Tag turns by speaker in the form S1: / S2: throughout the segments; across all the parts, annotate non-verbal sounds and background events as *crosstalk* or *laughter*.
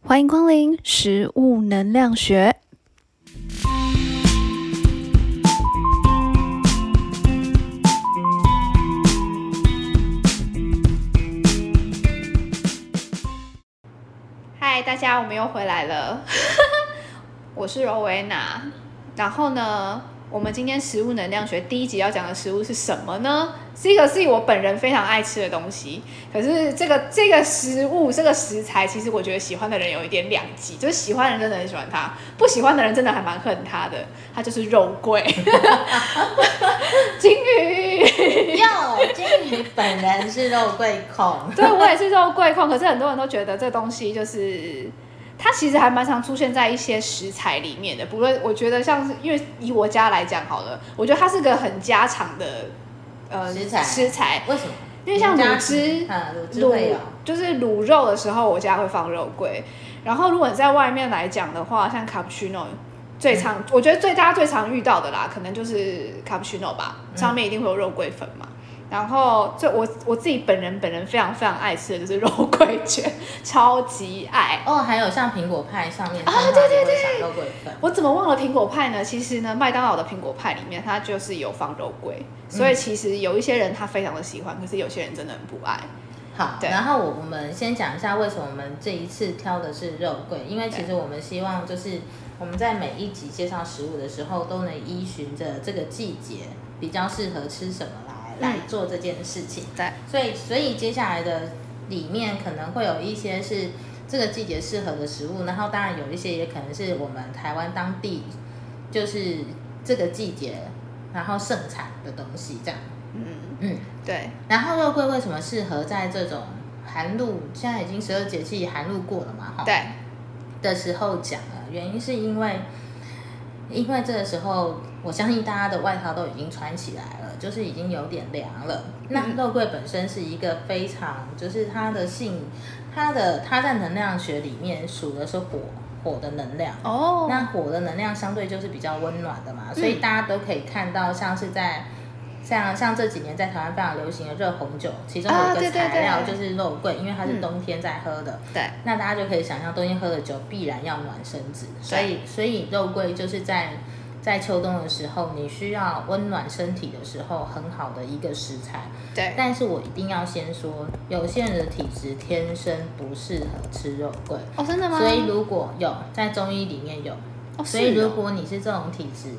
S1: 欢迎光临食物能量学。嗨，大家，我们又回来了。 *laughs* 我是柔维娜。然后呢，我们今天食物能量学第一集要讲的食物是什么呢？这个是我本人非常爱吃的东西，可是这个这个食物这个食材，其实我觉得喜欢的人有一点两极，就是喜欢的人真的很喜欢它，不喜欢的人真的还蛮恨它的。它就是肉桂， *laughs* 金鱼。 *laughs*，
S2: *laughs* 哟，金鱼本人是肉桂控
S1: 对，我也是肉桂控，可是很多人都觉得这东西就是。它其实还蛮常出现在一些食材里面的，不论我觉得像是因为以我家来讲好了，我觉得它是个很家常的呃
S2: 食材
S1: 食材，
S2: 为什么？
S1: 因为像
S2: 你家
S1: 卤汁
S2: 啊，卤汁会
S1: 卤
S2: 有，
S1: 就是卤肉的时候，我家会放肉桂。然后如果你在外面来讲的话，像 cappuccino 最常，我觉得最大家最常遇到的啦，可能就是 cappuccino 吧，上面一定会有肉桂粉嘛。然后最我我自己本人本人非常非常爱吃的就是肉桂卷， *laughs* 超级爱。
S2: 哦，还有像苹果派上面啊，对对对，肉桂粉，
S1: 我怎么忘了苹果派呢？其实呢，麦当劳的苹果派里面它就是有放肉桂，所以其实有一些人他非常的喜欢，可是有些人真的很不爱。
S2: 好，
S1: 对
S2: 然后我我们先讲一下为什么我们这一次挑的是肉桂，因为其实我们希望就是我们在每一集介绍食物的时候，都能依循着这个季节比较适合吃什么来来
S1: 嗯
S2: 做这件事情。
S1: 对，
S2: 所以所以接下来的里面可能会有一些是这个季节适合的食物，然后当然有一些也可能是我们台湾当地就是这个季节然后盛产的东西这样。
S1: 嗯，
S2: 嗯，
S1: 对，
S2: 然后肉桂为什么适合在这种寒露？现在已经十二节气寒露过了嘛，哈，
S1: 对，
S2: 的时候讲了，原因是因为。因为这个时候，我相信大家的外套都已经穿起来了，就是已经有点凉了。那
S1: 嗯
S2: 肉桂本身是一个非常，就是它的性，它的它在能量学里面数的是火火的能量。
S1: 哦，嗯
S2: 那火的能量相对就是比较温暖的嘛，所以大家都可以看到，像是在像像这几年在台湾非常流行的热红酒，其中有
S1: 啊
S2: 一
S1: 对
S2: 个
S1: 对
S2: 材料
S1: 对
S2: 就是肉桂，因为它
S1: 嗯
S2: 是冬天在喝的。
S1: 对，
S2: 那大家就可以想象，冬天喝的酒必然要暖身子，所以所以肉桂就是在在秋冬的时候，你需要温暖身体的时候，很好的一个食材。
S1: 对，
S2: 但是我一定要先说，有些人的体质天生不适合吃肉桂，
S1: 哦，真的吗？
S2: 所以如果有在中医里面有，
S1: 哦
S2: 所以
S1: 是哦
S2: 如果你是这种体质，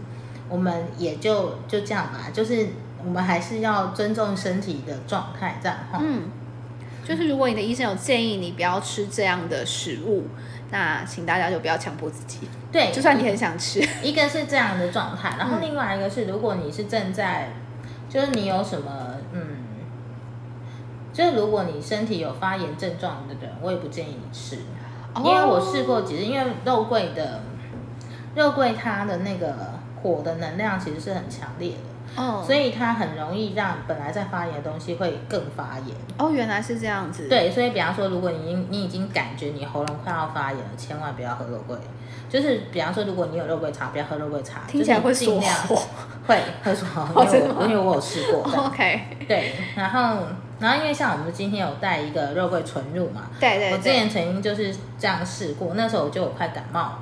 S2: 我们也就就这样吧，就是我们还是要尊重身体的状态，这样哈。
S1: 嗯，就是如果你的医生有建议你不要吃这样的食物，那请大家就不要强迫自己，
S2: 对，
S1: 就算你很想吃，
S2: 一个是这样的状态，然后
S1: 嗯
S2: 另外一个是，如果你是正在，就是你有什么，嗯，就是如果你身体有发炎症状的人，我也不建议你吃，
S1: 哦
S2: 因为我试过几次，因为肉桂的肉桂它的那个火的能量其实是很强烈的，
S1: 哦，
S2: 所
S1: 以
S2: 以它很容易让本来在发炎的东西会更发炎。
S1: 哦原来是这样子，，
S2: 对，所以比方说，如果你已经你已经感觉你喉咙快要发炎了，千万不要喝肉桂。就是比方说，如果你有肉桂茶，不要喝肉桂茶，
S1: 听起来
S2: 就是
S1: 会
S2: 你尽
S1: 锁
S2: 量
S1: 火。
S2: 会喝什么？因
S1: 真
S2: 为
S1: 的吗
S2: 我因为我有试过这样。
S1: 哦 OK，
S2: 对，然后然后因为像我们今天有带一个肉桂纯露嘛，
S1: 对对
S2: 我之
S1: 对，
S2: 前曾经就是这样试过，那时候我就有快感冒了。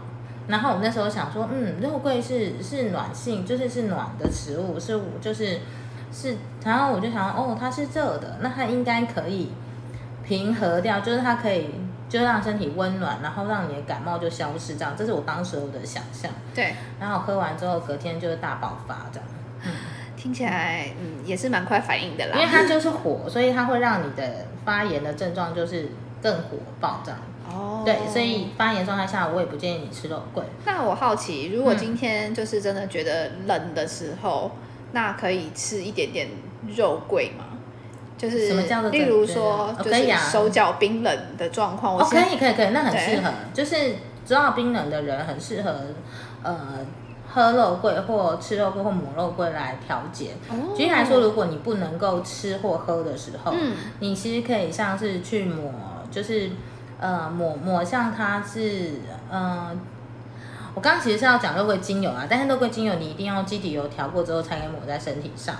S2: 然后我那时候想说，嗯，肉桂是是暖性，就是是暖的食物，是就是是，然后我就想，哦，它是热的，那它应该可以平和掉，就是它可以就让身体温暖，然后让你的感冒就消失，这样，这是我当时候的想象。
S1: 对，
S2: 然后喝完之后，隔天就是大爆发这样。
S1: 听起来嗯也是蛮快反应的
S2: 因为
S1: 啦，
S2: 它就是火，所以它会让你的发炎的症状就是更火爆这样。
S1: 哦，
S2: 对，所以发炎状态下，我也不建议你吃肉桂。
S1: 那我好奇，如果今天就是真的觉得冷的时候，那可以吃一点点肉桂吗？就是
S2: 什么叫做
S1: 例如
S2: 整
S1: 说，
S2: 哦
S1: 就
S2: 可以
S1: 是
S2: 啊
S1: 手脚冰冷的状况，我
S2: 哦，可
S1: 现在
S2: 以，可以，可以，那很
S1: 对
S2: 适合，就是主要冰冷的人很适合，呃，喝肉桂或吃肉桂或抹肉桂来调节。
S1: 哦
S2: 举例来说，如果你不能够吃或喝的时候，
S1: 嗯
S2: 你其实可以像是去抹，就是呃抹抹像它是呃，我刚刚其实是要讲肉桂精油啊，但是肉桂精油你一定要基底油调过之后才可以抹在身体上。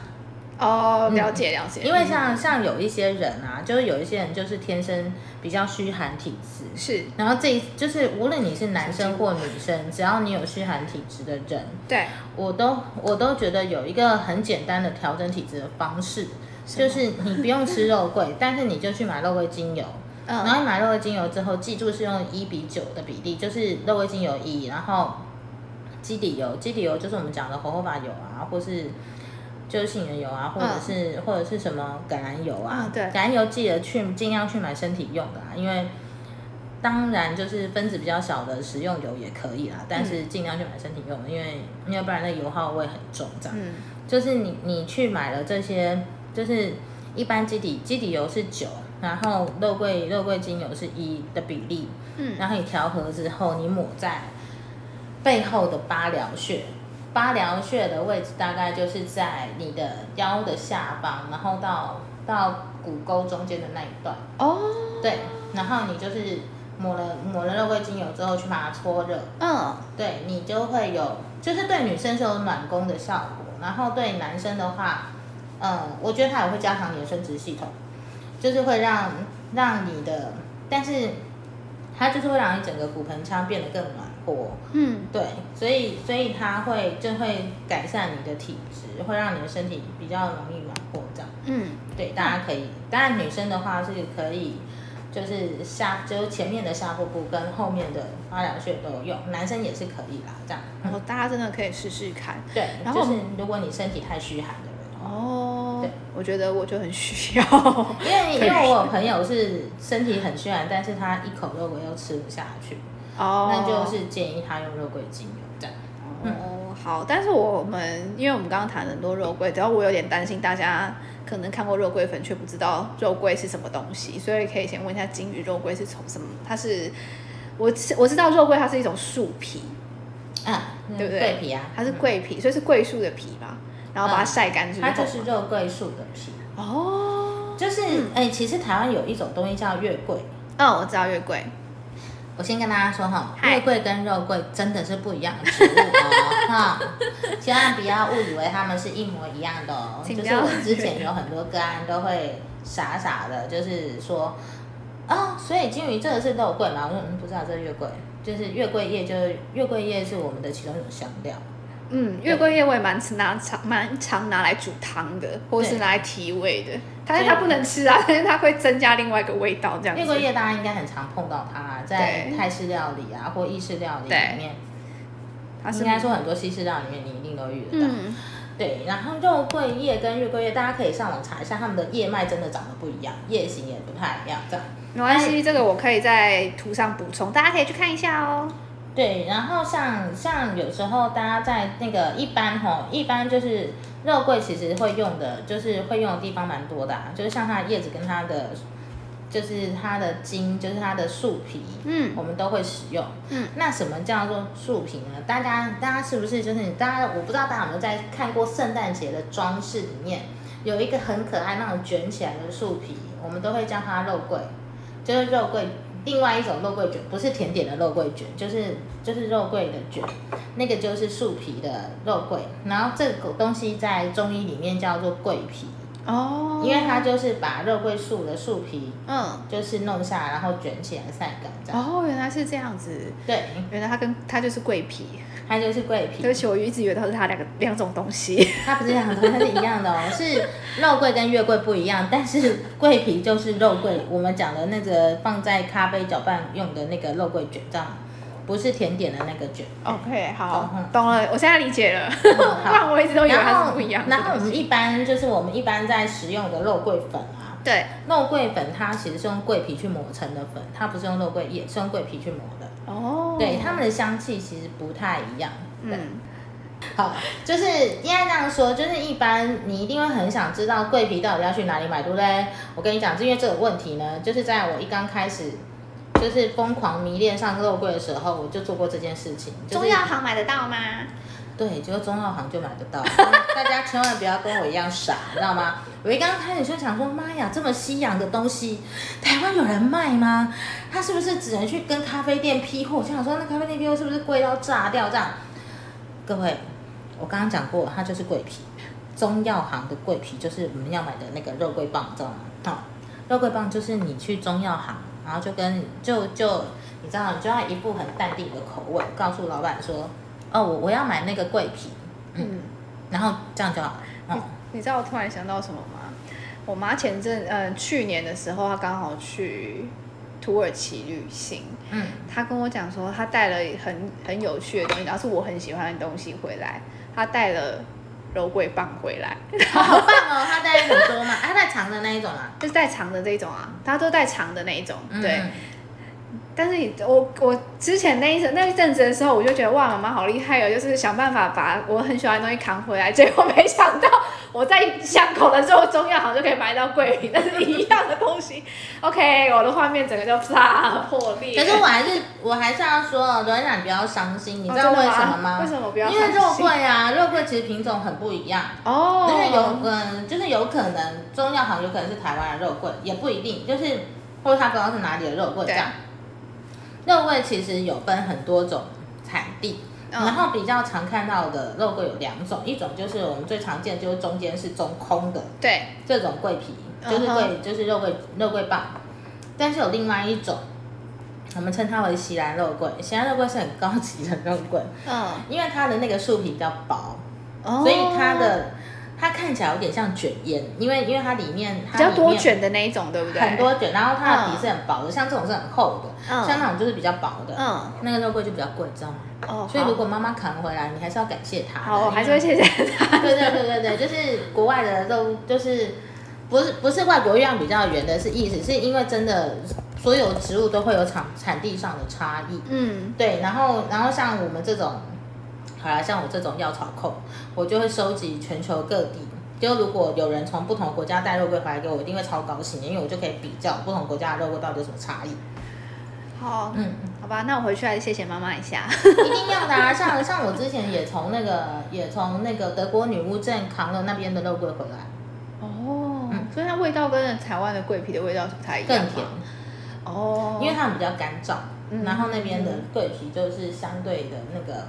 S1: 哦，
S2: 嗯
S1: 了解了解，
S2: 因为像像有一些人啊，就是有一些人就是天生比较虚寒体质，
S1: 是
S2: 然后这一就是无论你是男生或女生，只要你有虚寒体质的人，
S1: 对，
S2: 我都我都觉得有一个很简单的调整体质的方式，就是你不用吃肉桂，但是你就去买肉桂精油。然
S1: 嗯
S2: 后你买肉桂精油之后，记住是用一比九的比例，就是肉桂精油一，然后基底油，基底油就是我们讲的猴猴把油啊，或是就是杏仁油啊，或者是、或者是什么橄榄油啊，
S1: 嗯对
S2: 橄榄油记得去尽量去买身体用的啊，因为当然就是分子比较小的食用油也可以啦，
S1: 嗯
S2: 但是尽量去买身体用的，因为因为不然那油耗会很重这样。
S1: 嗯
S2: 就是你你去买了这些，就是一般基底基底油是九，然后肉桂肉桂精油是一的比例，
S1: 嗯
S2: 然后你调和之后，你抹在背后的八髎穴。八髎穴的位置大概就是在你的腰的下方，然后到到骨沟中间的那一段。
S1: 哦，
S2: 对，然后你就是抹了抹了肉桂精油之后去把它搓热，
S1: 嗯
S2: 对你就会有，就是对女生是有暖宫的效果，然后对男生的话，嗯，我觉得它也会加强你的生殖系统，就是会让让你的，但是它就是会让你整个骨盆腔变得更暖和，
S1: 嗯
S2: 对，所以所以它会就会改善你的体质，会让你的身体比较容易暖和这样。
S1: 嗯，
S2: 对，大家可以，当然女生的话是可以，就是下就是前面的下腹部跟后面的发疗穴都有用，男生也是可以啦，这样。
S1: 然后哦大家真的可以试试看
S2: 对，
S1: 然后
S2: 就是如果你身体太虚寒的人的话，
S1: 哦
S2: 对。
S1: 我觉得我就很需要，
S2: 因为因为我有朋友是身体很虚寒，但是他一口肉桂又吃不下去，
S1: 哦，
S2: *laughs* 那就是嗯建议他用肉桂精油这样。
S1: 哦，好，但是我们因为我们刚刚谈很多肉桂，然后我有点担心大家可能看过肉桂粉却不知道肉桂是什么东西，所以可以先问一下金鱼肉桂是从什么？它是我知我知道肉桂它是一种树皮，
S2: 啊，
S1: 对不对
S2: 桂皮啊，
S1: 它是桂皮，所以是桂树的皮嘛，然后把它
S2: 嗯
S1: 晒干之
S2: 嗯，
S1: 后，
S2: 它就是肉桂树的皮。
S1: 哦，
S2: 就是哎、其实台湾有一种东西叫月桂，
S1: 嗯，我知道月桂，
S2: 我先跟大家说哈，
S1: 嗨
S2: 月桂跟肉桂真的是不一样的植物哦，
S1: *laughs*
S2: 哈，千万不要误以为它们是一模一样的哦。
S1: 请
S2: 就
S1: 不
S2: 是
S1: 要
S2: 我之前有很多个案都会傻傻的，就是说，啊、所以金鱼这个是肉桂嘛？我说嗯，不知道这是月桂，就是月桂叶，就是月桂叶是我们的其中一种香料。
S1: 嗯，月桂叶我也蛮吃拿常蛮常拿来煮汤的，或是
S2: 对
S1: 拿来提味的，但是它不能吃啊， *laughs* 但是它会增加另外一个味道这样子。
S2: 月桂叶大家应该很常碰到它啦，在
S1: 对
S2: 泰式料理啊或意式料理
S1: 对
S2: 里面，
S1: 它是
S2: 应该说很多西式料理里面你一定都遇得到。
S1: 嗯
S2: 对，然后肉桂叶跟月桂叶，大家可以上网查一下，它们的叶脉真的长得不一样，叶形也不太一样，这样。
S1: 没关系，这个我可以在图上补充，大家可以去看一下哦。
S2: 对，然后像像有时候大家在那个一般吼，一般就是肉桂其实会用的，就是会用的地方蛮多的、啊，就是像它的叶子跟它的，就是它的茎，就是它的树皮，
S1: 嗯，
S2: 我们都会使用。
S1: 嗯，
S2: 那什么叫做树皮呢？大家大家是不是就是你大家我不知道大家有没有在看过圣诞节的装饰里面有一个很可爱那种卷起来的树皮，我们都会叫它肉桂，就是肉桂。另外一种肉桂卷不是甜点的肉桂卷，就是就是肉桂的卷，那个就是树皮的肉桂。然后这个东西在中医里面叫做桂皮，
S1: 哦
S2: 因为它就是把肉桂树的树皮
S1: 嗯，
S2: 就是弄下来，然后卷起来晒干这样。
S1: 哦，原来是这样子，
S2: 对，
S1: 原来它跟它就是嗯桂皮。
S2: 它就是桂
S1: 对不
S2: 皮，
S1: 起，我一直以为它是它两个两种东西。
S2: 它不是两个，它是一样的哦，是肉桂跟月桂不一样，但是桂皮就是肉桂，我们讲的那个放在咖啡搅拌用的那个肉桂卷，这样不是甜点的那个卷。
S1: *laughs* OK，好
S2: 嗯，
S1: 哦懂了，我现在理解了。
S2: 嗯
S1: *laughs* 不然
S2: 好
S1: 我一直都以为
S2: 然
S1: 它是
S2: 后
S1: 不一样，的
S2: 然后我
S1: 东
S2: 们
S1: 西。
S2: 一般就是我们一般在食用的肉桂粉啊，
S1: 对，
S2: 肉桂粉它其实是用桂皮去磨成的粉，它不是用肉桂叶，是用桂皮去磨的。
S1: 哦，
S2: 对，它们的香气其实不太一样。对。
S1: 嗯，
S2: 好，就是应该这样说，就是一般你一定会很想知道桂皮到底要去哪里买，对不对？我跟你讲，是因为这个问题呢，就是在我一刚开始就是疯狂迷恋上肉桂的时候，我就做过这件事情。就是、
S1: 中药行买得到吗？
S2: 对，只有中药行就买得到，大家千万不要跟我一样傻，你知道吗？我一刚开始就想说，妈呀，这么西洋的东西，台湾有人卖吗？他是不是只能去跟咖啡店批货？我就想说，那咖啡店批货是不是贵到炸掉这样？各位，我刚刚讲过，它就是桂皮，中药行的桂皮，就是我们要买的那个肉桂棒，你知道吗？好、肉桂棒就是你去中药行，然后就跟就就你知道，你就要一副很淡定的口吻告诉老板说，哦，我我要买那个桂皮，
S1: 嗯，
S2: 然后这样就好了。嗯，
S1: 你知道我突然想到什么吗？我妈前阵嗯去年的时候，她刚好去土耳其旅行，
S2: 嗯，
S1: 她跟我讲说，她带了很很有趣的东西，然后是我很喜欢的东西回来，她带了肉桂棒回来，
S2: *laughs* 好棒哦！他带很多嘛，他带长的那一种啦。
S1: 就是带长的这一种啊，她都带长的那一种，
S2: 嗯
S1: 对。，但是你我我之前那一阵那一阵子的时候，我就觉得哇，妈妈好厉害哦，就是想办法把我很喜欢的东西扛回来。结果没想到我在巷口的肉中药行就可以买到桂林，但是一样的东西。OK，我的画面整个就啪破裂。
S2: 可是我还是我还是要说，罗娜你不要伤心，你
S1: 哦
S2: 知道为
S1: 真的
S2: 什么吗？
S1: 为什么不要伤
S2: 因
S1: 心？
S2: 为肉桂啊，肉桂其实品种很不一样。
S1: 哦，
S2: 因为有嗯，就是有可能中药行有可能是台湾的肉桂，也不一定，就是或者他不知道是哪里的肉桂这样。肉桂其实有分很多种产地，
S1: 嗯
S2: 然后比较常看到的肉桂有两种，一种就是我们最常见就是中间是中空的
S1: 对
S2: 这种桂皮，就是
S1: 嗯
S2: 桂、
S1: 哼
S2: 就是肉桂肉桂棒，但是有另外一种，我们称它为锡兰肉桂，锡兰肉桂是很高级的肉桂，
S1: 嗯，
S2: 因为它的那个树皮比较薄，
S1: 哦
S2: 所以它的它看起来有点像卷烟，因为因为它里面它
S1: 比较
S2: 里
S1: 多
S2: 面
S1: 卷的那一种，对不对？
S2: 很多卷，然后它的
S1: 嗯
S2: 皮是很薄的，像这种是很厚的，
S1: 嗯
S2: 像那种就是比较薄的，
S1: 嗯
S2: 那个肉桂就比较贵，知道吗？
S1: 哦，
S2: 所以如果妈妈扛回来，你还是要感谢她的。
S1: 好，好我还是
S2: 因
S1: 会
S2: 为
S1: 谢谢他。
S2: *laughs* 对对对对对，就是国外的肉，就是不是不是外国月亮比较圆的，是意思是因为真的所有植物都会有产产地上的差异，
S1: 嗯，
S2: 对，然后然后像我们这种，好啦，像我这种药草控，我就会收集全球各地。就如果有人从不同国家带肉桂回来给我，我一定会超高兴的，因为我就可以比较不同国家的肉桂到底有什么差异。
S1: 好，
S2: 嗯，
S1: 好吧，那我回去还是谢谢妈妈一下。
S2: 一定要的啊！像像我之前也从那个也从那个德国女巫镇扛了那边的肉桂回来，
S1: 哦，所以它味道跟台湾的桂皮的味道是不太一样
S2: 嗯更
S1: 吗
S2: 甜，
S1: 哦，
S2: 因为它们比较干燥，
S1: 嗯
S2: 然后那边的桂皮就是相对的那个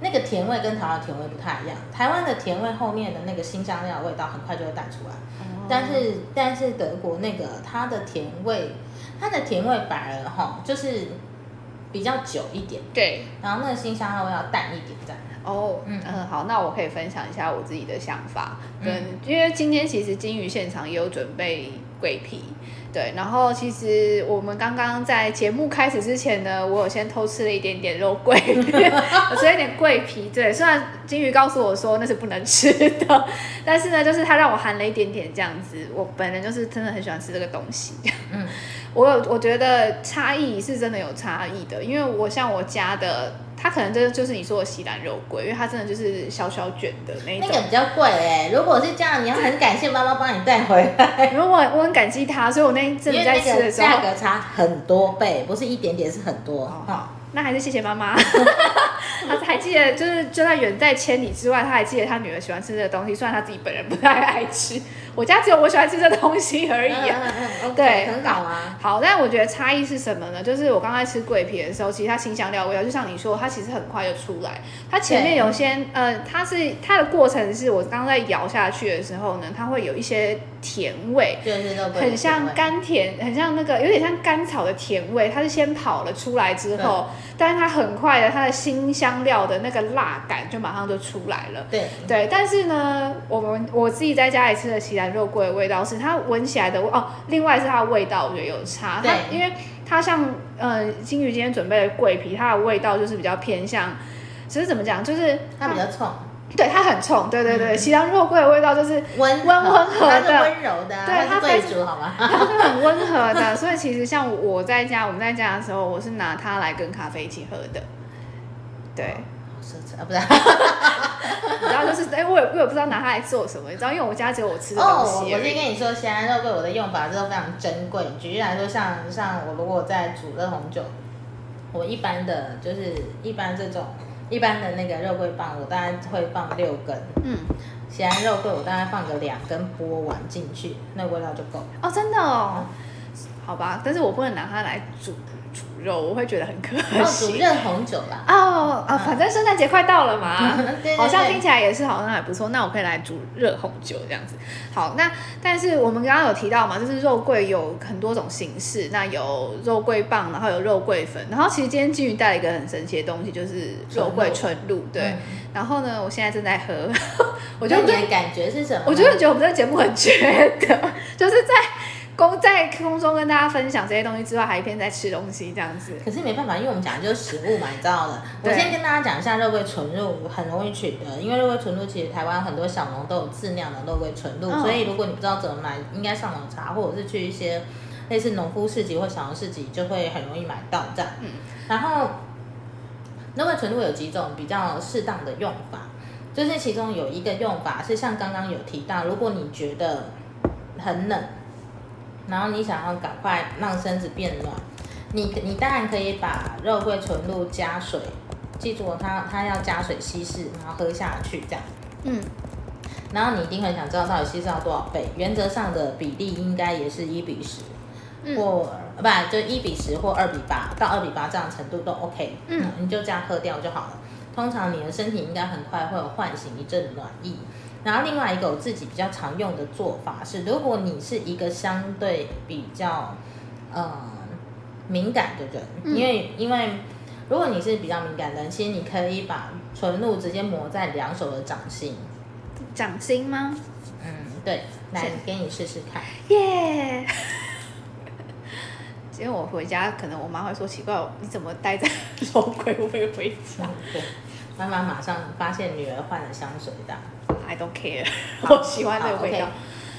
S2: 那个甜味跟台湾的甜味不太一样，台湾的甜味后面的那个新香料的味道很快就会带出来，
S1: 哦
S2: 但是但是德国那个它的甜味，它的甜味反而哈就是比较久一点，
S1: 嗯对
S2: 然后那个新香料味道淡一点这样。
S1: 哦，嗯
S2: 嗯
S1: 好，那我可以分享一下我自己的想法，
S2: 嗯
S1: 跟、因为今天其实金鱼现场也有准备桂皮。对，然后其实我们刚刚在节目开始之前呢，我有先偷吃了一点点肉桂， *laughs* 我吃了一点桂皮。对，虽然金鱼告诉我说那是不能吃的，但是呢，就是它让我含了一点点这样子。我本人就是真的很喜欢吃这个东西。
S2: 嗯，
S1: *laughs* 我有我觉得差异是真的有差异的，因为我像我家的，它可能这就是你说的西兰肉桂，因为它真的就是小小卷的那一
S2: 那
S1: 种。
S2: 个比较贵哎、如果是这样，你要很感谢妈妈帮你带回
S1: *laughs*
S2: 来，
S1: 因为我哎我很感激它，所以我那一
S2: 因
S1: 阵子
S2: 为
S1: 在
S2: 那
S1: 吃
S2: 个
S1: 的时候，哦
S2: 价格差很多倍，不是一点点，是很多。
S1: 好
S2: 哈
S1: 那还是谢谢妈妈，她还记得，就是就在远在千里之外，她还记得她女儿喜欢吃这个东西，虽然她自己本人不太爱吃，我家只有我喜欢吃这东西而已啊、
S2: 嗯嗯嗯，OK，
S1: *laughs* 对
S2: 很好啊。
S1: 好，但我觉得差异是什么呢？就是我刚才吃桂皮的时候，其实它新香料味道，就像你说，它其实很快就出来。它前面
S2: 对
S1: 有些，呃，它是它的过程是我刚刚在咬下去的时候呢，它会有一些甜味，
S2: 就是肉桂
S1: 很像
S2: 干，
S1: 甘甜，很像那个有点像甘草的甜味，它是先跑了出来之后，但是它很快的，它的新香料的那个辣感就马上就出来了。
S2: 对，
S1: 对，但是呢，我们我自己在家里吃的西兰肉桂的味道是它闻起来的味哦，另外是它的味道，我觉得有差。它
S2: 对
S1: 因为它像呃金鱼今天准备的桂皮，它的味道就是比较偏向，其实怎么讲，就是
S2: 它比较嗯冲，
S1: 对它很冲，对对对，西兰肉桂的味道就是 *laughs* 温
S2: 温
S1: 温和的
S2: 它是温柔的啊，
S1: 对它
S2: 它是
S1: 非
S2: 贵
S1: 常
S2: 族好
S1: *laughs*
S2: 吗？ *laughs* 啊
S1: 它是很温和的，所以其实像我在家，我们在家的时候，我是拿它来跟咖啡一起喝的。对，
S2: 好奢侈啊，不是啊。
S1: 你知道就是，哎、我也我也不知道拿它来做什么，你知道，因为我家只有我吃的
S2: 哦，
S1: 东
S2: 我
S1: 西
S2: 我
S1: 而
S2: 先跟
S1: 已。
S2: 你说，咸蛋肉桂我的用法真的非常珍贵。举例来说，像像我如果在煮热红酒，我一般的就是一般这种一般的那个肉桂棒，我大概会放六根；
S1: 嗯，
S2: 咸蛋肉桂我大概放个两根剥完进去，那味道就够了。
S1: 哦，真的哦，好吧，但是我不能拿它来煮煮肉，我会觉得很可
S2: 哦，主
S1: 惜。
S2: 任红酒
S1: *laughs*
S2: 啦，
S1: 哦啊，反正圣诞节快到了嘛，
S2: *laughs* 对
S1: 好像
S2: 对
S1: 听起来也是好像还不错。那我可以来煮热红酒这样子。好，那但是我们刚刚有提到嘛，就是肉桂有很多种形式，那有肉桂棒，然后有肉桂粉，然后其实今天金鱼带了一个很神奇的东西，就是肉桂纯露。对，
S2: 嗯
S1: 然后呢，我现在正在喝， *laughs* 我
S2: 我
S1: 就
S2: 觉得你的感觉是什么呢？
S1: 我就是觉得我们这个节目很缺德，就是在公在空中跟大家分享这些东西之外，还一边在吃东西这样子。
S2: 可是没办法，因为我们讲的就是食物嘛，你知道的。我
S1: 对
S2: 先跟大家讲一下肉桂纯露很容易取得，因为肉桂纯露其实台湾很多小农都有自酿的肉桂纯露，
S1: 嗯
S2: 所以如果你不知道怎么买，应该上网查，或者是去一些类似农夫市集或小农市集，就会很容易买到这样。
S1: 嗯
S2: 然后肉桂纯露有几种比较适当的用法，就是其中有一个用法是像刚刚有提到，如果你觉得很冷，然后你想要赶快让身子变暖，你你当然可以把肉桂纯露加水，记住哦它它要加水稀释，然后喝下去这样。
S1: 嗯，
S2: 然后你一定很想知道到底稀释到多少倍，原则上的比例应该也是一比十、
S1: 嗯
S2: 或不就一比十或二比八到二比八这样程度都 OK，
S1: 嗯，
S2: 你就这样喝掉就好了。通常你的身体应该很快会有唤醒一阵暖意。然后另外一个我自己比较常用的做法是，如果你是一个相对比较呃敏感的人，
S1: 嗯
S2: 因为因为如果你是比较敏感的人，其实你可以把纯露直接抹在两手的掌心，
S1: 掌心吗？
S2: 嗯，对，来
S1: 是
S2: 给你试试看。
S1: 耶、 *laughs* 因为我回家，可能我妈会说奇怪，你怎么待在 *laughs* 楼鬼会不会回家
S2: 嗯，对，妈妈马上发现女儿换了香水的，
S1: ？I don't
S2: *laughs*
S1: care，
S2: 好
S1: 我喜欢这个味道。
S2: 好，OK，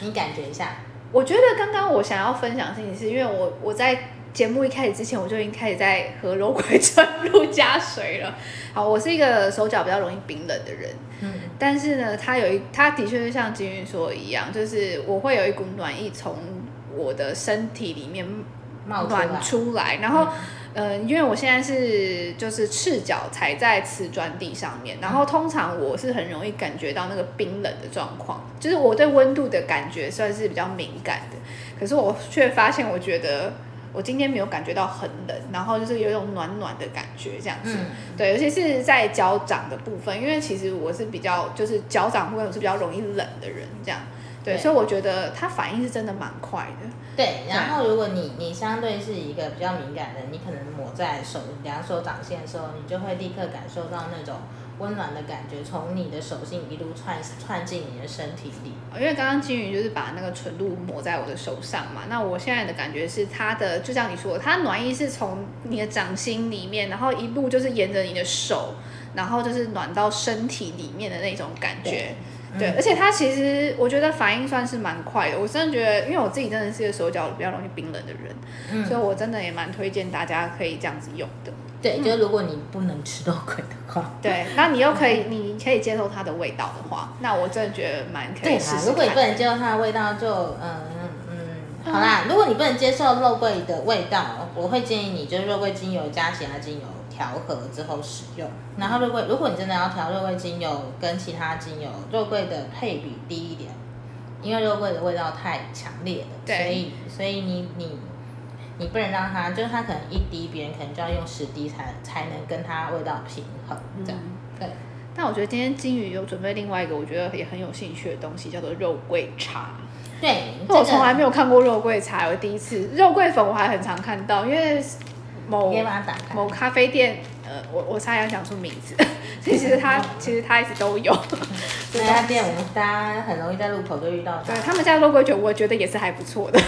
S2: 你感觉一下，
S1: 我觉得刚刚我想要分享的事情，是因为我我在节目一开始之前，我就已经开始在喝肉桂纯露加水了。 *laughs* 好，我是一个手脚比较容易冰冷的人，
S2: 嗯，
S1: 但是呢，它有一，它的确是像金云说的一样，就是我会有一股暖意从我的身体里面
S2: 冒出来嗯
S1: 暖出来，然后。呃，因为我现在是就是赤脚踩在瓷砖地上面，然后通常我是很容易感觉到那个冰冷的状况，就是我对温度的感觉算是比较敏感的，可是我却发现，我觉得我今天没有感觉到很冷，然后就是有一种暖暖的感觉这样子。
S2: 嗯，
S1: 对，尤其是在脚掌的部分，因为其实我是比较就是脚掌部分我是比较容易冷的人，这样对，
S2: 对
S1: 所以我觉得它反应是真的蛮快的。
S2: 对。然后如果你你相对是一个比较敏感的人，你可能抹在手两手掌心的时候，你就会立刻感受到那种温暖的感觉从你的手心一路窜窜进你的身体里。
S1: 哦因为刚刚金鱼就是把那个纯露抹在我的手上嘛，那我现在的感觉是它的，就像你说的，它暖意是从你的掌心里面，然后一路就是沿着你的手，然后就是暖到身体里面的那种感觉。对，
S2: 嗯
S1: 而且它其实我觉得反应算是蛮快的。我真的觉得，因为我自己真的是一个手脚比较容易冰冷的人，
S2: 嗯
S1: 所以我真的也蛮推荐大家可以这样子用的。
S2: 对，就如果你不能吃肉桂的话， *laughs*
S1: 对，那你又可以，
S2: 嗯
S1: 你可以接受它的味道的话，那我真的觉得蛮可以
S2: 对啦
S1: 试，试
S2: 如果你
S1: 看
S2: 不能接受它的味道就，嗯嗯，好啦，如果你不能接受肉桂的味道，我会建议你就是肉桂精油加其他精油调和之后使用。然后肉桂，如果你真的要调肉桂精油跟其他精油，肉桂的配比低一点，因为肉桂的味道太强烈了，
S1: 对
S2: 所以所以你你。你不能让它，就是它可能一滴，别人可能就要用十滴才才能跟它味道平衡，这样、
S1: 嗯
S2: 对。
S1: 但我觉得今天金鱼有准备另外一个我觉得也很有兴趣的东西，叫做肉桂茶。
S2: 对，
S1: 那我
S2: 这个
S1: 从来没有看过肉桂茶，我第一次肉桂粉我还很常看到，因为某
S2: 你可以把它打开。
S1: 某咖啡店，呃，我我差点想出名字， *laughs* 其实它
S2: 嗯
S1: 其实它一直都有，
S2: 这家店我们大家很容易在路口就遇到它
S1: 对。他们家的肉桂酒我觉得也是还不错的，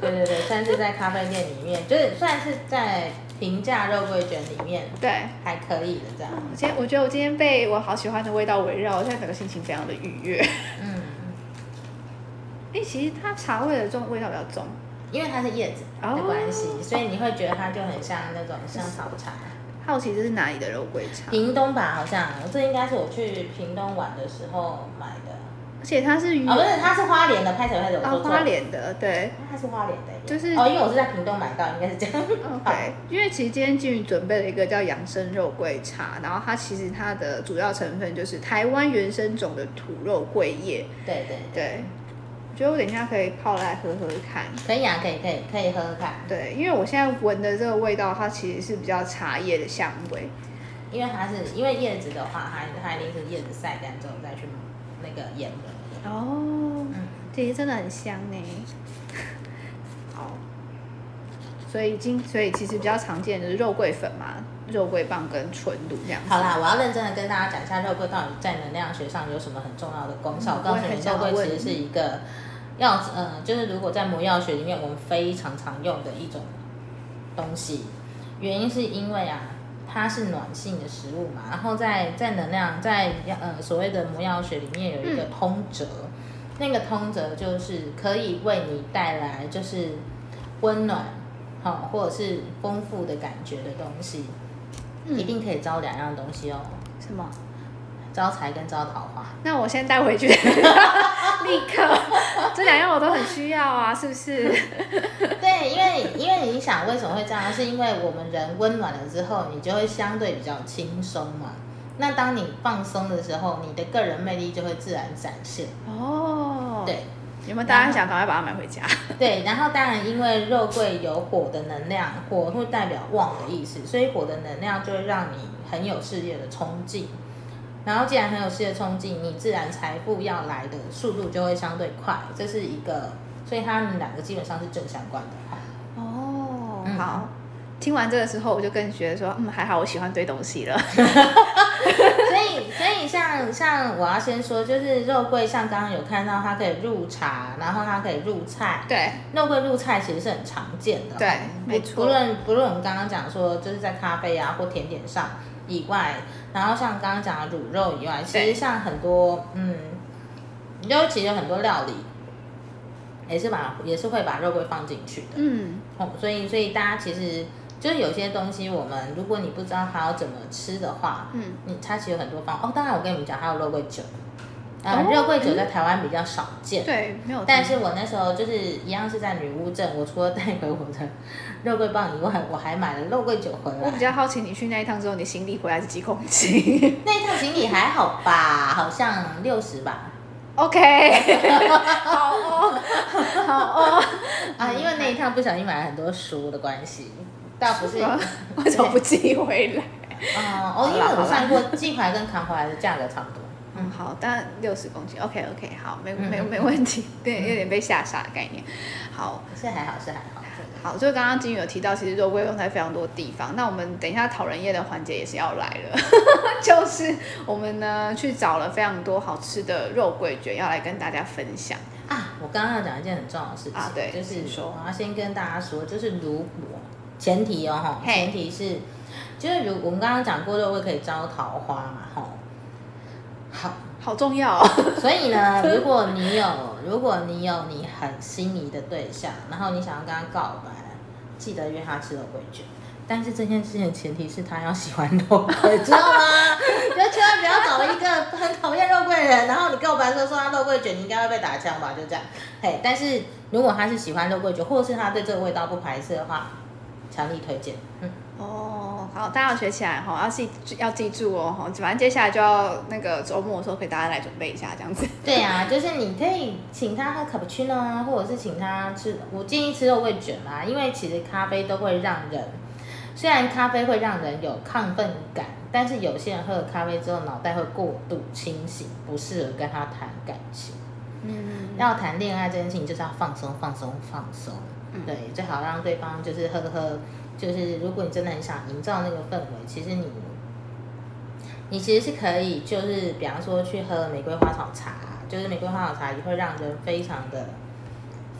S2: 对对对，算是在咖啡店里面，就是算是在平价肉桂卷里面
S1: 对。
S2: 还可以的这样。
S1: 我今天我觉得我今天被我好喜欢的味道围绕，我现在整个心情非常的愉悦。
S2: 嗯，
S1: 哎、其实它茶味的这种味道比较重，
S2: 因为它是叶子的关系，
S1: 哦
S2: 所以你会觉得它就很像那种香草茶。
S1: 好奇这是哪里的肉桂茶，
S2: 屏东吧，好像这应该是我去屏东玩的时候买的。
S1: 而且它是鱼
S2: 哦，不是，它是花莲的，拍手拍手，我
S1: 啊
S2: 说错
S1: 花
S2: 了。
S1: 莲的，对
S2: 它是花莲的耶，
S1: 就是
S2: 哦，因为我是在屏东买到，应该是这样。
S1: ，OK。因嗯为其实今天金宇准备了一个叫养生肉桂茶，然后它其实它的主要成分就是台湾原生种的土肉桂叶，
S2: 对对对。
S1: 对，觉得我等一下可以泡来喝喝看。
S2: 可以啊，可以可以可以喝喝看，
S1: 对，因为我现在闻的这个味道，它其实是比较茶叶的香味。
S2: 因为它是因为叶子的话，它它一定是叶子晒干之后再去那个研磨。
S1: 哦，
S2: 嗯，
S1: 其实真的很香呢。好，所以今所以其实比较常见的就是肉桂粉嘛，肉桂棒跟纯露这样子。
S2: 好啦，我要认真的跟大家讲一下肉桂到底在能量学上有什么很重要的功效。
S1: 嗯
S2: 我告诉
S1: 我也很
S2: 你，
S1: 想
S2: 肉桂
S1: 问
S2: 其实是一个药，呃，就是如果在魔药学里面，我们非常常用的一种东西。原因是因为啊，它是暖性的食物嘛，然后在在能量在呃所谓的魔药学里面有一个
S1: 嗯
S2: 通则，那个通则就是可以为你带来就是温暖，好、或者是丰富的感觉的东西。
S1: 嗯
S2: 一定可以招两样东西哦，
S1: 什么？
S2: 招财跟招桃花。
S1: 那我先带回 *laughs* 去，立刻。这两样我都很需要啊，是不是？
S2: 对，因为因为你想为什么会这样，是因为我们人温暖了之后，你就会相对比较轻松嘛。那当你放松的时候，你的个人魅力就会自然展现。
S1: *laughs* 哦，，
S2: 对
S1: 有没有大家想赶快把它买回家？
S2: 对，然后当然因为肉桂有火的能量，火会代表旺的意思，所以火的能量就会让你很有事业的冲劲。然后既然很有事业冲劲，你自然财富要来的速度就会相对快，这是一个，所以它们两个基本上是正相关的哈。
S1: 哦
S2: 嗯
S1: 好。听完这个之后，我就更觉得说，嗯，还好我喜欢堆东西了。
S2: 所以，所以像像我要先说，就是肉桂，像刚刚有看到它可以入茶，然后它可以入菜。
S1: *laughs* 对，
S2: 肉桂入菜其实是很常见的哦，
S1: 对
S2: 不
S1: 没错
S2: 不论不论我们刚刚讲说，就是在咖啡啊或甜点上以外，然后像刚刚讲的卤肉以外，其
S1: 对
S2: 实像很多嗯，尤其有很多料理也是把也是会把肉桂放进去的。
S1: 嗯，
S2: 哦，所以所以大家其实就是有些东西，我们如果你不知道它要怎么吃的话，
S1: 嗯，
S2: 你它其实有很多方哦。当然，我跟你们讲，还有肉桂酒，啊、
S1: 哦嗯
S2: 肉桂酒在台湾比较少见。
S1: 对，没有听。
S2: 但是我那时候就是一样是在女巫镇，我除了带回我的肉桂棒以外，我还买了肉桂酒回
S1: 我比
S2: 来。
S1: 较好奇，你去那一趟之后，你行李回来是几公 *laughs* 斤
S2: 那一趟行李还好吧，好像六十吧，
S1: *laughs* ？OK，好哦，好哦。
S2: 啊，因为那一趟不小心买了很多书的关系，倒不是，
S1: 啊 *laughs* 为什么不寄回来？
S2: 嗯，哦，因为我算过寄回来跟扛回来的价格差不多。
S1: 嗯，好，但六十公斤，OK OK，好，没没
S2: 嗯
S1: 没问题，对，有点被吓傻的概念。好，
S2: 是还好，是还好。
S1: 好，就刚刚金宇有提到，其实肉桂用在非常多地方。那我们等一下讨人厌的环节也是要来了， *laughs* 就是我们呢去找了非常多好吃的肉桂卷，要来跟大家分享。
S2: 啊，我刚刚要讲一件很重要的事情，
S1: 啊对
S2: 就是
S1: 请说
S2: 我要先跟大家说，就是如果前提哦，吼
S1: 嘿
S2: 前提是，就是如我们刚刚讲过肉桂可以招桃花嘛，吼，好，
S1: 好重要、哦， *laughs*
S2: 所以呢，如果你有，如果你有你很心仪的对象，然后你想要跟他告白，记得约他吃肉桂卷。但是这件事情的前提是他要喜欢肉桂，知道吗？ *laughs* 就千万不要找一个很讨厌肉桂的人，然后你告白说说他肉桂卷，你应该会被打枪吧？就这样。嘿，但是如果他是喜欢肉桂卷，或是他对这个味道不排斥的话，强力推荐。嗯，
S1: 哦，好，大家要学起来哈，要记要记住哦哈，反正接下来就要那个周末的时候，给大家来准备一下这样子。
S2: 对啊，就是你可以请他喝卡布奇诺啊，或者是请他吃，我建议吃肉桂卷啦、因为其实咖啡都会让人，虽然咖啡会让人有亢奋感，但是有些人喝了咖啡之后脑袋会过度清醒，不适合跟他谈感情。
S1: 嗯，
S2: 要谈恋爱这件事情，就是要放松、放松、放松。对，最好让对方就是呵呵，就是如果你真的很想营造那个氛围，其实你，你其实是可以，就是比方说去喝玫瑰花草茶，就是玫瑰花草茶也会让人非常的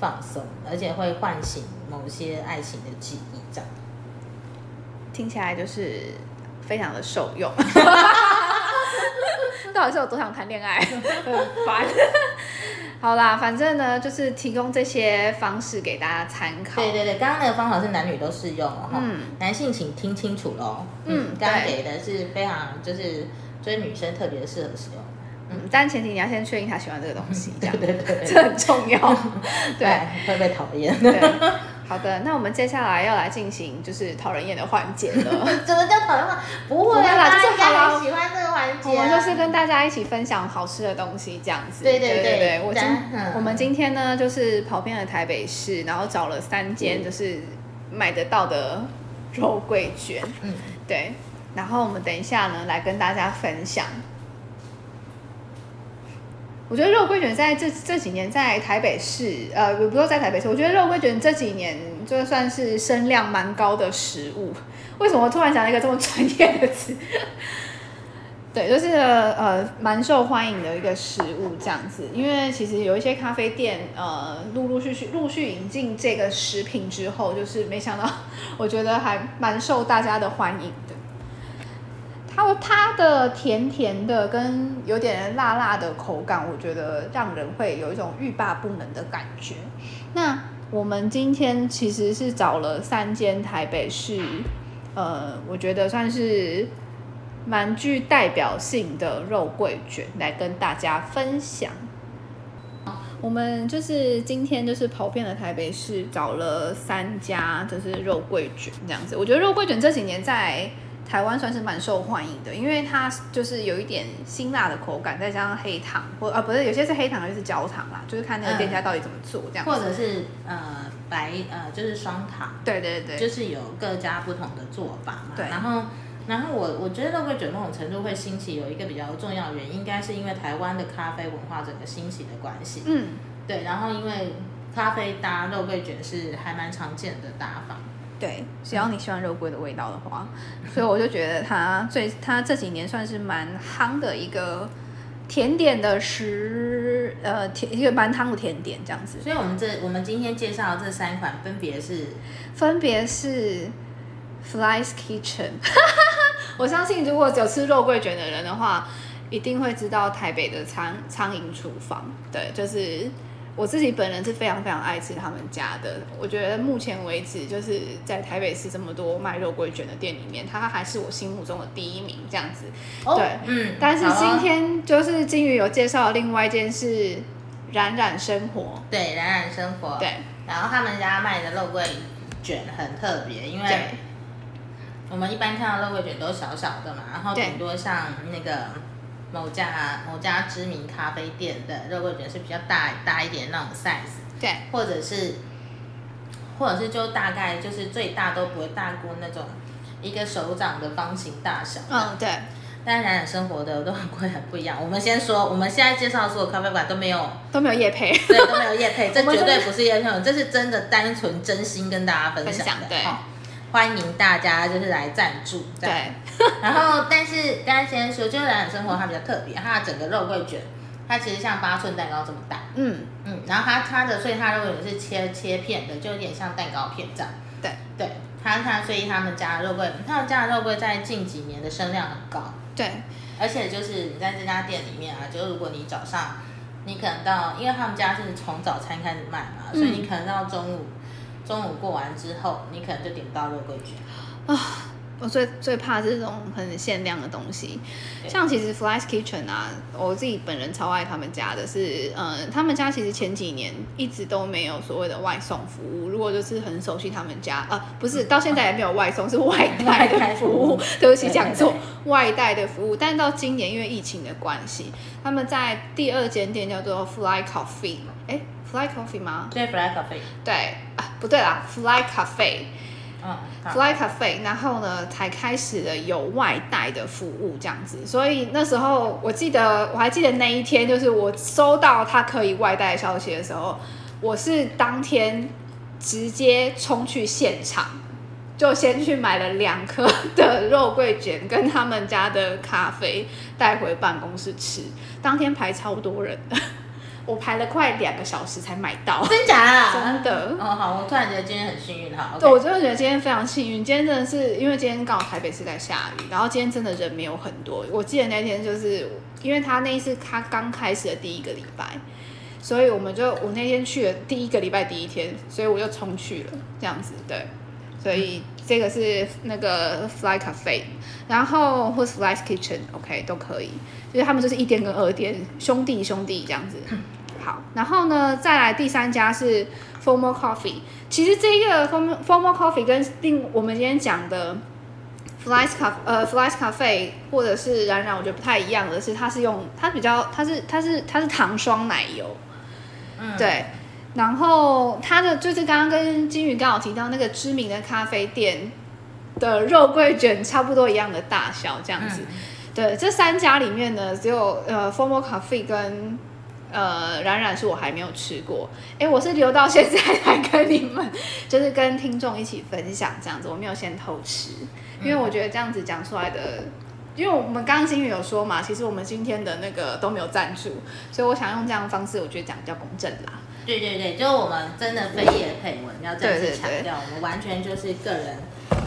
S2: 放松，而且会唤醒某些爱情的记忆，这样。
S1: 听起来就是非常的受用。 *laughs* 到底是有多想谈恋爱？ *laughs* 很烦。 *laughs* 好啦，反正呢，就是提供这些方式给大家参考。
S2: 对对对，刚刚那个方法是男女都适用哦，哈
S1: 嗯
S2: 男性请听清楚喽。
S1: 嗯
S2: 刚刚
S1: 对
S2: 给的是非常就是追女生特别适合使用。
S1: 嗯，但前提你要先确定他喜欢这个东 *laughs* 西，这样
S2: 对对对，
S1: 这很重 *laughs* 要。对，
S2: 会被讨厌。 *laughs*
S1: 对，好的，那我们接下来要来进行就是讨人厌的环节了。 *laughs*
S2: 怎么叫讨厌话？不会
S1: 不会
S2: 啊
S1: 啦
S2: 大
S1: 就是
S2: 家
S1: 好啦
S2: 很喜欢这个环然间
S1: 我们就是跟大家一起分享好吃的东西，这样子。
S2: 对
S1: 对
S2: 对
S1: 对
S2: 对
S1: 我今
S2: 咱嗯
S1: 我们今天呢，就是跑遍了台北市，然后找了三
S2: 嗯
S1: 间就是买得到的肉桂卷，
S2: 嗯，
S1: 对。然后我们等一下呢，来跟大家分享。我觉得肉桂卷在这这几年在台北市，呃，不不是在台北市，我觉得肉桂卷这几年就算是声量蛮高的食物。为什么我突然讲了一个这么专业的词？对，就是呃蛮受欢迎的一个食物这样子，因为其实有一些咖啡店呃陆陆续续陆续引进这个食品之后，就是没想到我觉得还蛮受大家的欢迎的。它它的甜甜的跟有点辣辣的口感，我觉得让人会有一种欲罢不能的感觉。那我们今天其实是找了三间台北市，呃，我觉得算是蛮具代表性的肉桂卷来跟大家分享。我们就是今天就是跑遍了台北市，找了三家就是肉桂卷这样子。我觉得肉桂卷这几年在台湾算是蛮受欢迎的，因为它就是有一点辛辣的口感，再加上黑糖或啊不是有些是黑糖，有些是焦糖啦，就是看那个店家到底怎么做这样子。
S2: 或者是呃白呃就是双糖，
S1: 对对对，
S2: 就是有各家不同的做法嘛。
S1: 对
S2: 然后，然后我我觉得肉桂卷某种程度会兴起，有一个比较重要的原因，应该是因为台湾的咖啡文化整个兴起的关系。
S1: 嗯，
S2: 对，然后因为咖啡搭肉桂卷是还蛮常见的搭法。
S1: 对，只要你喜欢肉桂的味道的话，所以我就觉得它最它这几年算是蛮夯的一个甜点的食，呃，甜一个蛮夯的甜点这样子，
S2: 所以我们这我们今天介绍的这三款分别是，
S1: 分别是 Fly's Kitchen。我相信如果有吃肉桂卷的人的话，一定会知道台北的苍苍蝇厨房。对，就是我自己本人是非常非常爱吃他们家的。我觉得目前为止，就是在台北市这么多卖肉桂卷的店里面，它还是我心目中的第一名这样子。
S2: 哦
S1: 对，
S2: 嗯，
S1: 但是
S2: 好
S1: 今
S2: 哦
S1: 天就是金鱼有介绍的另外一件是冉冉生活，
S2: 对冉冉生活，
S1: 对，
S2: 然后他们家卖的肉桂卷很特别，因为
S1: 对。
S2: 我们一般看到肉桂卷都小小的嘛，然后
S1: 对
S2: 顶多像那个某家某家知名咖啡店的肉桂卷是比较大大一点那种 size，
S1: 对
S2: 或者是或者是就大概就是最大都不会大过那种一个手掌的方形大小。
S1: 嗯，对，
S2: 但冉冉生活的肉桂很不一样。我们先说，我们现在介绍的所有咖啡馆都没有， *laughs*
S1: 都没有夜配。
S2: 对，都没有叶配，这
S1: 我们
S2: 绝
S1: 真的
S2: 对不是叶配，这是真的单纯真心跟大家分享的。
S1: 分享对
S2: 哦欢迎大家就是来赞助。这样
S1: 对，
S2: 然后，但是刚才先说，就是冉冉生活它比较特别，它的整个肉桂卷，它其实像八寸蛋糕这么大，
S1: 嗯，
S2: 嗯，然后它它的所以它肉桂卷是切切片的，就有点像蛋糕片这样。
S1: 对，
S2: 对，它它所以他们家的肉桂，他们家的肉桂在近几年的声量很高，
S1: 对，
S2: 而且就是你在这家店里面啊，就如果你早上，你可能到，因为他们家是从早餐开始卖嘛，所以你可能到中午，中午过完之后，你可能就点不到肉桂卷。
S1: 我最最怕这种很限量的东西，
S2: 对
S1: 像其实 Fly's Kitchen 啊，我自己本人超爱他们家的是，嗯，他们家其实前几年一直都没有所谓的外送服务，如果就是很熟悉他们家，呃，不是到现在也没有外送，是外带
S2: 外带
S1: 的服
S2: 服
S1: 务
S2: 务，
S1: 对不起，讲错
S2: 对对，
S1: 外带的服务，但到今年因为疫情的关系，他们在第二间店叫做 Fly Coffee，哎，Fly Coffee 吗？
S2: 对，black coffee，
S1: 对，啊，不对啦，Fly Cafe。
S2: 嗯，好
S1: Fly Cafe，然后呢才开始了有外带的服务这样子，所以那时候我记得我还记得那一天，就是我收到它可以外带的消息的时候，我是当天直接冲去现场，就先去买了两颗的肉桂卷跟他们家的咖啡带回办公室吃，当天排超多人的，我排了快两个小时才买到，
S2: 真假啊？
S1: 真的。
S2: 哦，好，我突然觉得今天很幸运哈。
S1: 对，
S2: OK
S1: 我真的觉得今天非常幸运。今天真的是因为今天刚好台北是在下雨，然后今天真的人没有很多。我记得那天就是因为他那一次他刚开始的第一个礼拜，所以我们就我那天去了第一个礼拜第一天，所以我就冲去了这样子。对，所以这个是那个 Fly Cafe，然后或是 Fly's Kitchen，OK、都可以。就是他们就是一店跟二店兄弟兄弟这样子。好，然后呢，再来第三家是 Formal Coffee。其实这个 Formal Formal Coffee 跟另我们今天讲的 Flies Cafe 呃 Flies Cafe 或者是冉冉，我觉得不太一样的是，它是用它比较它是它是它是糖霜奶油，
S2: 嗯，
S1: 对，然后它的就是刚刚跟金鱼刚好提到那个知名的咖啡店的肉桂卷差不多一样的大小，这
S2: 这
S1: 样子。对，这三家里面呢，只有呃 Formal Coffee 跟呃冉冉是我还没有吃过，哎，我是留到现在才跟你们，就是跟听众一起分享这样子，我没有先偷吃，因
S2: 嗯
S1: 为我觉得这样子讲出来的。因为我们刚刚金宇有说嘛，其实我们今天的那个都没有赞助，所以我想用这样的方式，我觉得讲比较公正啦。
S2: 对对对，就是我们真的非业配文，要
S1: 对
S2: 再次
S1: 对
S2: 强
S1: 对
S2: 调，我们完全就是个人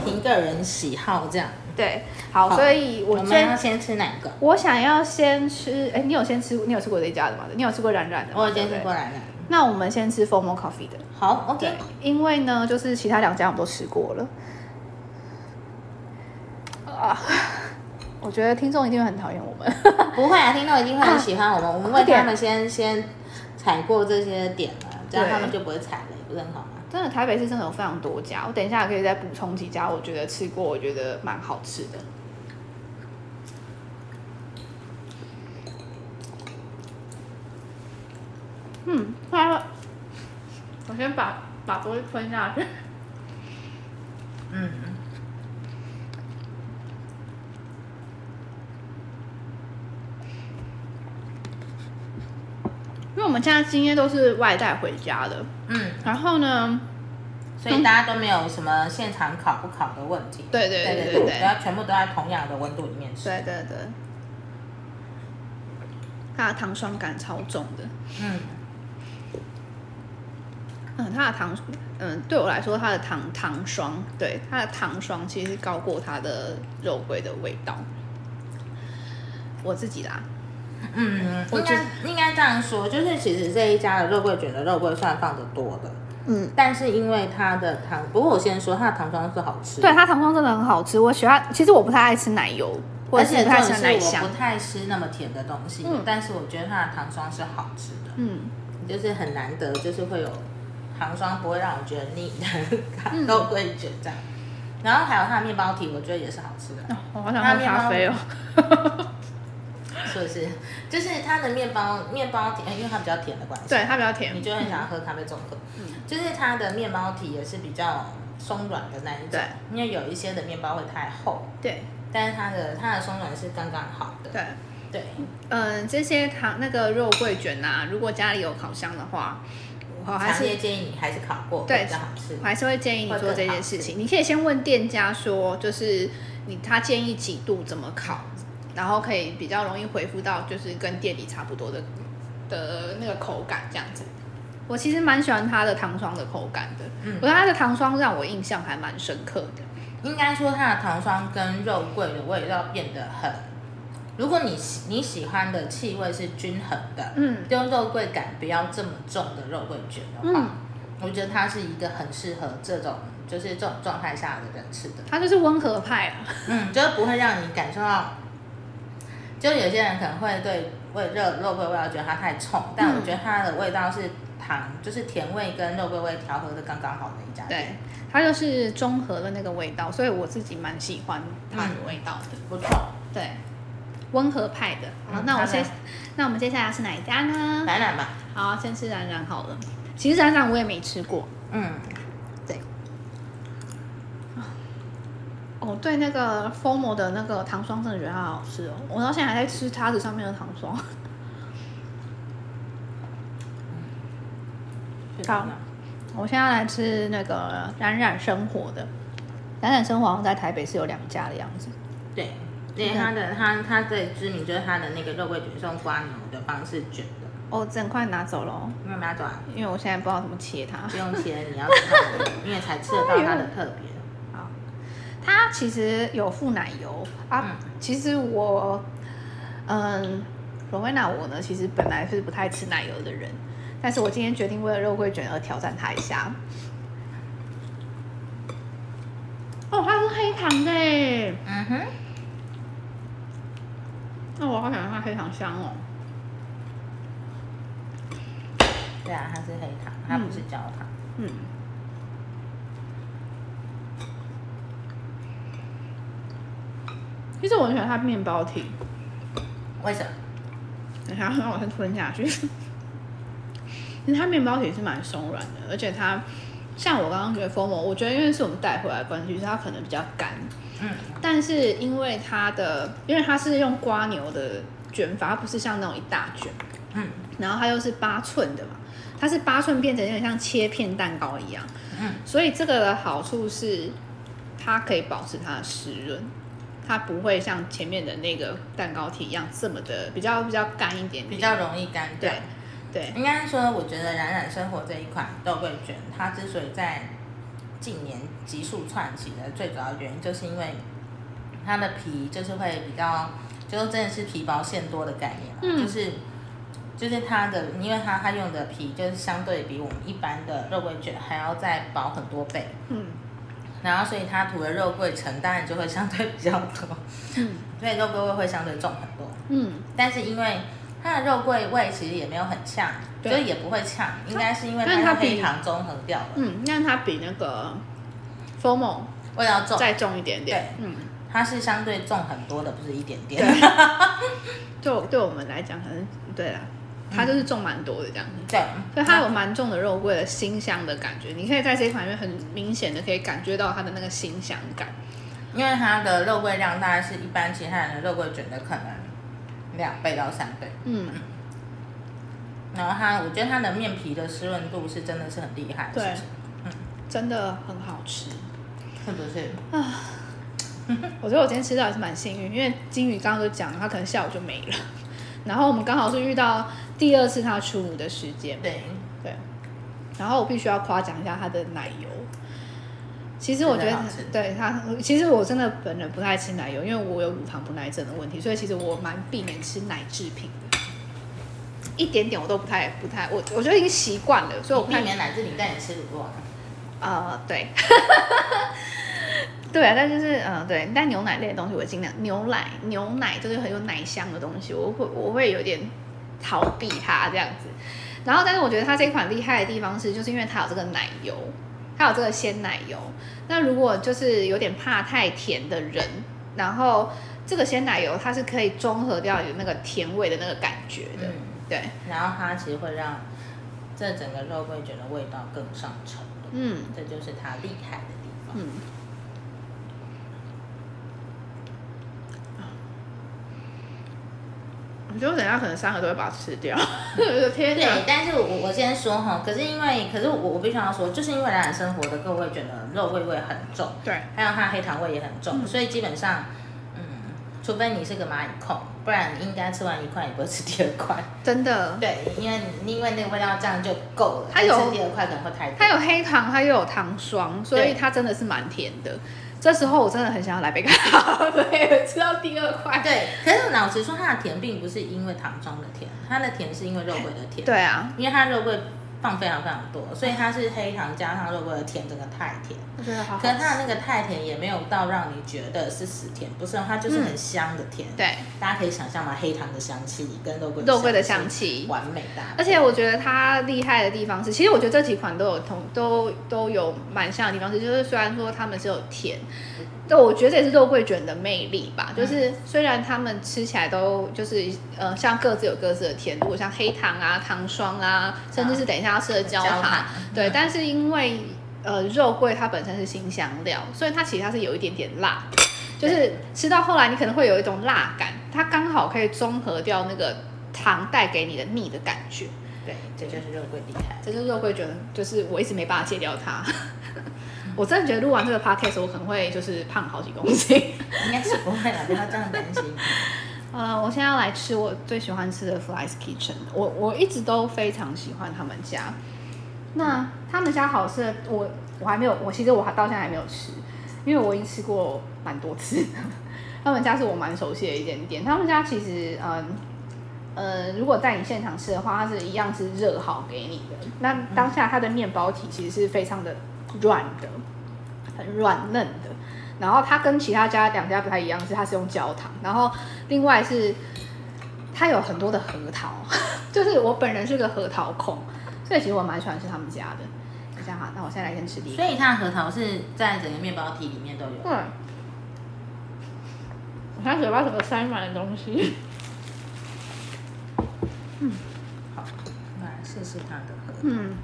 S2: 凭个人喜好这样。
S1: 对，好，
S2: 好
S1: 所以
S2: 我
S1: 我
S2: 们
S1: 最
S2: 要先吃哪个？
S1: 我想要先吃，哎，你有先吃，你有吃过这一家的吗？你有吃过冉冉的吗？
S2: 我已经
S1: 对
S2: 是
S1: 不
S2: 过
S1: 对。
S2: 来了。
S1: 那我们先吃 Formal Coffee 的，
S2: 好，OK，
S1: 对，因为呢，就是其他两家我们都吃过了。啊，我觉得听众一定会很讨厌我们。
S2: 不会啊，听众一定会很喜欢我们，我们为
S1: 点
S2: 他们先先踩过这些点了，这样
S1: 对
S2: 他们就不会踩雷，不是很好吗？
S1: 真的，台北市真的有非常多家，我等一下可以再补充几家，我觉得吃过，我觉得蛮好吃的。嗯，快乐。我先把把东西吞下去。
S2: 嗯，
S1: 因为我们现在今天都是外带回家的，
S2: 嗯，
S1: 然后呢，
S2: 所以大家都没有什么现场烤不烤的问题。
S1: 对对对对对
S2: 然后全部都在同样的温度里面吃。
S1: 对对对，它的糖霜感超重的，
S2: 嗯，
S1: 嗯，它的糖，嗯，对我来说，它的糖糖霜，对它的糖霜其实高过它的肉桂的味道。我自己啦，
S2: 嗯，
S1: 我
S2: 应
S1: 觉
S2: 该应该这样说，就是其实这一家的肉桂卷的肉桂算放的多的，
S1: 嗯，
S2: 但是因为它的糖，不过我先说它的糖霜是好吃，
S1: 对，它糖霜真的很好吃，我喜欢。其实我不太爱吃奶油，或
S2: 而
S1: 者是
S2: 且
S1: 不
S2: 重
S1: 太
S2: 点
S1: 喜欢奶
S2: 是
S1: 香
S2: 我。不太吃那么甜的东西，
S1: 嗯
S2: 但是我觉得它的糖霜是好吃的，
S1: 嗯，
S2: 就是很难得，就是会有糖霜不会让我觉得腻
S1: 嗯
S2: 的 *laughs* 肉桂卷这样。然后还有它的面包体，我觉得也是好吃
S1: 哦
S2: 的，
S1: 我好想
S2: 它
S1: 喝
S2: 面包
S1: 咖啡哦。
S2: 是不是？就是它的面包面包体，因为它比较甜的关系，
S1: 对，它比较甜
S2: 你。就很想要喝咖啡综合。
S1: 嗯
S2: 就是它的面包体也是比较松软的那一种
S1: 对，
S2: 因为有一些的面包会太厚，
S1: 对
S2: 但是它的它的松软是刚刚好的。
S1: 对，
S2: 对，
S1: 嗯，这些糖那个肉桂卷啊，如果家里有烤箱的话，我还
S2: 强
S1: 是
S2: 烈建议你还是烤过会
S1: 对
S2: 比较好吃
S1: 我。还是会建议你做这件事情。你可以先问店家说，就是你他建议几度怎么烤，然后可以比较容易回复到就是跟店里差不多的的那个口感这样子。我其实蛮喜欢它的糖霜的口感的，
S2: 嗯
S1: 我觉得它的糖霜让我印象还蛮深刻的。
S2: 应该说它的糖霜跟肉桂的味道变得很，如果你喜你喜欢的气味是均衡的，
S1: 嗯
S2: 用肉桂感不要这么重的肉桂卷的话，
S1: 嗯，
S2: 我觉得它是一个很适合这种就是这种状态下的人吃的，
S1: 它就是温和派啊。
S2: 嗯，就是不会让你感受到，就有些人可能会对味肉肉桂味道觉得它太冲，但我觉得它的味道是糖，就是甜味跟肉桂味调和的刚刚好的一家店。
S1: 对，它就是中和了那个味道，所以我自己蛮喜欢它的味道的。
S2: 不错，
S1: 对，温和派的。嗯好，
S2: 嗯
S1: 那我
S2: 好
S1: 先
S2: 的，
S1: 那我们接下来是哪一家呢？
S2: 来来吧，
S1: 好，先吃冉冉好了。其实冉冉我也没吃过，
S2: 嗯，
S1: 我哦对那个 Formo 的那个糖霜真的觉得它好好吃哦，我到现在还在吃叉子上面的糖霜。 *laughs*
S2: 是这样
S1: 好我现在来吃那个冉冉生活的，冉冉生活好像在台北是有两家的样子。
S2: 对，因为它的它它最知名就是它的那个肉桂卷是用瓜牛的方式卷的，
S1: 我哦整块拿走了哦，
S2: 因为马爪
S1: 因为我现在不知道怎么切它。
S2: 不用切，你要吃它的，因为才吃得到它的特别。
S1: 好，它其实有附奶油啊。其实我，嗯，罗威娜我呢，其实本来是不太吃奶油的人，但是我今天决定为了肉桂卷而挑战它一下。哦，它是黑糖的耶，
S2: 嗯哼，
S1: 那、我好喜欢它黑糖香哦。
S2: 对啊，它是黑糖，它不是焦糖。
S1: 嗯，其实我很喜欢它面包体，
S2: 为什么？
S1: 等一下让我先吞下去。其实它面包体是蛮松软的，而且它像我刚刚觉得 FOMO，我觉得因为是我们带回来的关系，所以它可能比较干。
S2: 嗯，
S1: 但是因为它的，因为它是用刮牛的卷法，它不是像那种一大卷，
S2: 嗯
S1: 然后它又是八寸的嘛，它是八寸变成有点像切片蛋糕一样，
S2: 嗯，
S1: 所以这个的好处是它可以保持它的湿润，它不会像前面的那个蛋糕体一样这么的比较比较干一点点，
S2: 比较容易干掉
S1: 对。对，
S2: 应该说，我觉得冉冉生活这一款肉桂卷，它之所以在近年急速窜起的最主要原因，就是因为它的皮就是会比较，就是真的是皮薄馅多的概念嘛，
S1: 嗯
S2: 就是就是它的，因为它它用的皮就是相对比我们一般的肉桂卷还要再薄很多倍，
S1: 嗯
S2: 然后所以它涂的肉桂层当然就会相对比较多，
S1: 嗯
S2: 所以肉桂味会相对重很多。
S1: 嗯，
S2: 但是因为它的肉桂味其实也没有很呛，就
S1: 对
S2: 也不会呛，应该是因为
S1: 但是它
S2: 它的
S1: 比
S2: 黑糖中和掉了，
S1: 嗯，那它比那个 FOMO
S2: 味道重，
S1: 再重一点点，嗯，
S2: 它是相对重很多的，不是一点点。
S1: 就对我们来讲，可能对啦，它就是重蛮多的这样子。
S2: *laughs* 对，
S1: 所以它有蛮重的肉桂的辛香的感觉，你可以在这一款里面很明显的可以感觉到它的那个辛香感。
S2: 因为它的肉桂量大概是一般其他人的肉桂卷的可能两倍到三倍，
S1: 嗯，
S2: 然后它，我觉得它的面皮的湿润度是真的是很厉害的
S1: 对
S2: 事情，
S1: 真的很好吃。
S2: 是不是？
S1: 我觉得我今天吃到也是蛮幸运，因为金鱼刚刚都讲了，它可能下午就没了， *laughs* 然后我们刚好是遇到第二次它出炉的时间，
S2: 对，
S1: 对。然后我必须要夸奖一下它的奶油。其实我觉
S2: 真
S1: 得
S2: 的好吃，
S1: 对它，其实我真的本人不太吃奶油，因为我有乳糖不耐症的问题，所以其实我蛮避免吃奶制品的。一点点我都不太不太，我我觉得已经习惯了，所以我不
S2: 避
S1: 太
S2: 免奶制品带你吃乳酪啊。
S1: 呃对， *laughs* 对啊，但就是呃对，但牛奶类的东西我尽量牛奶牛奶就是很有奶香的东西，我会我会有点逃避它这样子。然后，但是我觉得它这款厉害的地方是，就是因为它有这个奶油，它有这个鲜奶油。那如果就是有点怕太甜的人，然后这个鲜奶油它是可以中和掉有那个甜味的那个感觉的，
S2: 嗯
S1: 对，
S2: 然后它其实会让这整个肉桂卷的味道更上乘的，
S1: 嗯
S2: 这就是它厉害的地方。
S1: 嗯。我觉得我等一下可能三个都会把它吃掉， *laughs* 我的天
S2: 对
S1: 哪！，
S2: 但是我我先说哈，可是因为，可是我我必须要说，就是因为冉冉生活的各位卷的肉桂味很重，
S1: 对，
S2: 还有它黑糖味也很重，
S1: 嗯
S2: 所以基本上，嗯，除非你是个蚂蚁控，不然你应该吃完一块也不会吃第二块。
S1: 真的，
S2: 对， *laughs* 因为因为那个味道这样就够了，
S1: 它有
S2: 再吃第二块可能会太多。
S1: 它有黑糖，它又有糖霜，所以
S2: 对
S1: 它真的是蛮甜的。这时候我真的很想要来杯咖啡，吃到第二块。
S2: 对，可是老实说，它的甜并不是因为糖霜的甜，它的甜是因为肉桂的甜。
S1: 对啊，
S2: 因为它肉桂放非常非常多，所以它是黑糖加上肉桂的甜，整个太甜。
S1: 我觉得好好吃。
S2: 可是它的那个太甜也没有到让你觉得是死甜，不是，哦它就是很香的甜。，
S1: 嗯对
S2: 大家可以想象嘛，黑糖的香气跟肉桂
S1: 肉桂的
S2: 香
S1: 香气，
S2: 完美搭配。
S1: 而且我觉得它厉害的地方是，其实我觉得这几款都有同都都有蛮像的地方是，就是虽然说它们是有甜，但我觉得这也是肉桂卷的魅力吧。就是虽然它们吃起来都就是呃像各自有各自的甜，如果像黑糖啊、糖霜啊，甚至是等一下要吃的焦
S2: 焦糖
S1: 糖，对，但是因为呃肉桂它本身是辛香料，所以它其实它是有一点点辣的，就是吃到后来你可能会有一种辣感，它刚好可以中和掉那个糖带给你的腻的感觉。
S2: 对，这就是肉桂厉害。
S1: 这就是肉桂卷，就是我一直没办法戒掉它。 *laughs* 我真的觉得录完这个 podcast，我可能会就是胖好几公斤。
S2: 应该是不会啦，不要这样担
S1: *laughs*
S2: 心。
S1: 呃，我现在要来吃我最喜欢吃的 Fly's Kitchen，我我一直都非常喜欢他们家。那他们家好吃的，我我还没有，我其实我还到现在还没有吃，因为我已经吃过蛮多次。 *laughs* 他们家是我蛮熟悉的一间店，他们家其实嗯。呃，如果在你现场吃的话，它是一样是热好给你的。那当下它的面包体其实是非常的软的，很软嫩的。然后它跟其他家两家不太一样，是它是用焦糖，然后另外是它有很多的核桃， *laughs* 就是我本人是个核桃控，所以其实我蛮喜欢吃他们家的。等一下哈，那我现在来先吃第一个
S2: 所。以它的核桃是在整个面包体里面都有。
S1: 嗯，我现在嘴巴整个塞满了东西。
S2: 好，来试试它的喝。
S1: 嗯，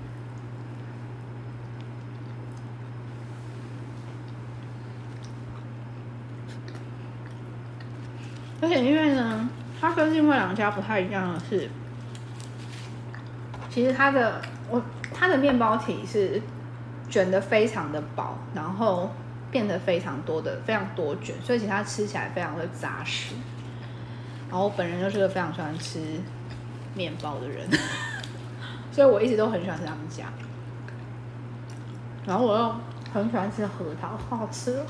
S1: 而且因为呢，它跟另外两家不太一样的是，其实它的我它的面包体是卷的非常的薄，然后变得非常多的非常多卷，所以其实它吃起来非常的扎实。然后我本人就是个非常喜欢吃面包的人， *laughs* 所以我一直都很喜欢吃他们家。然后我又很喜欢吃核桃，好好吃哦！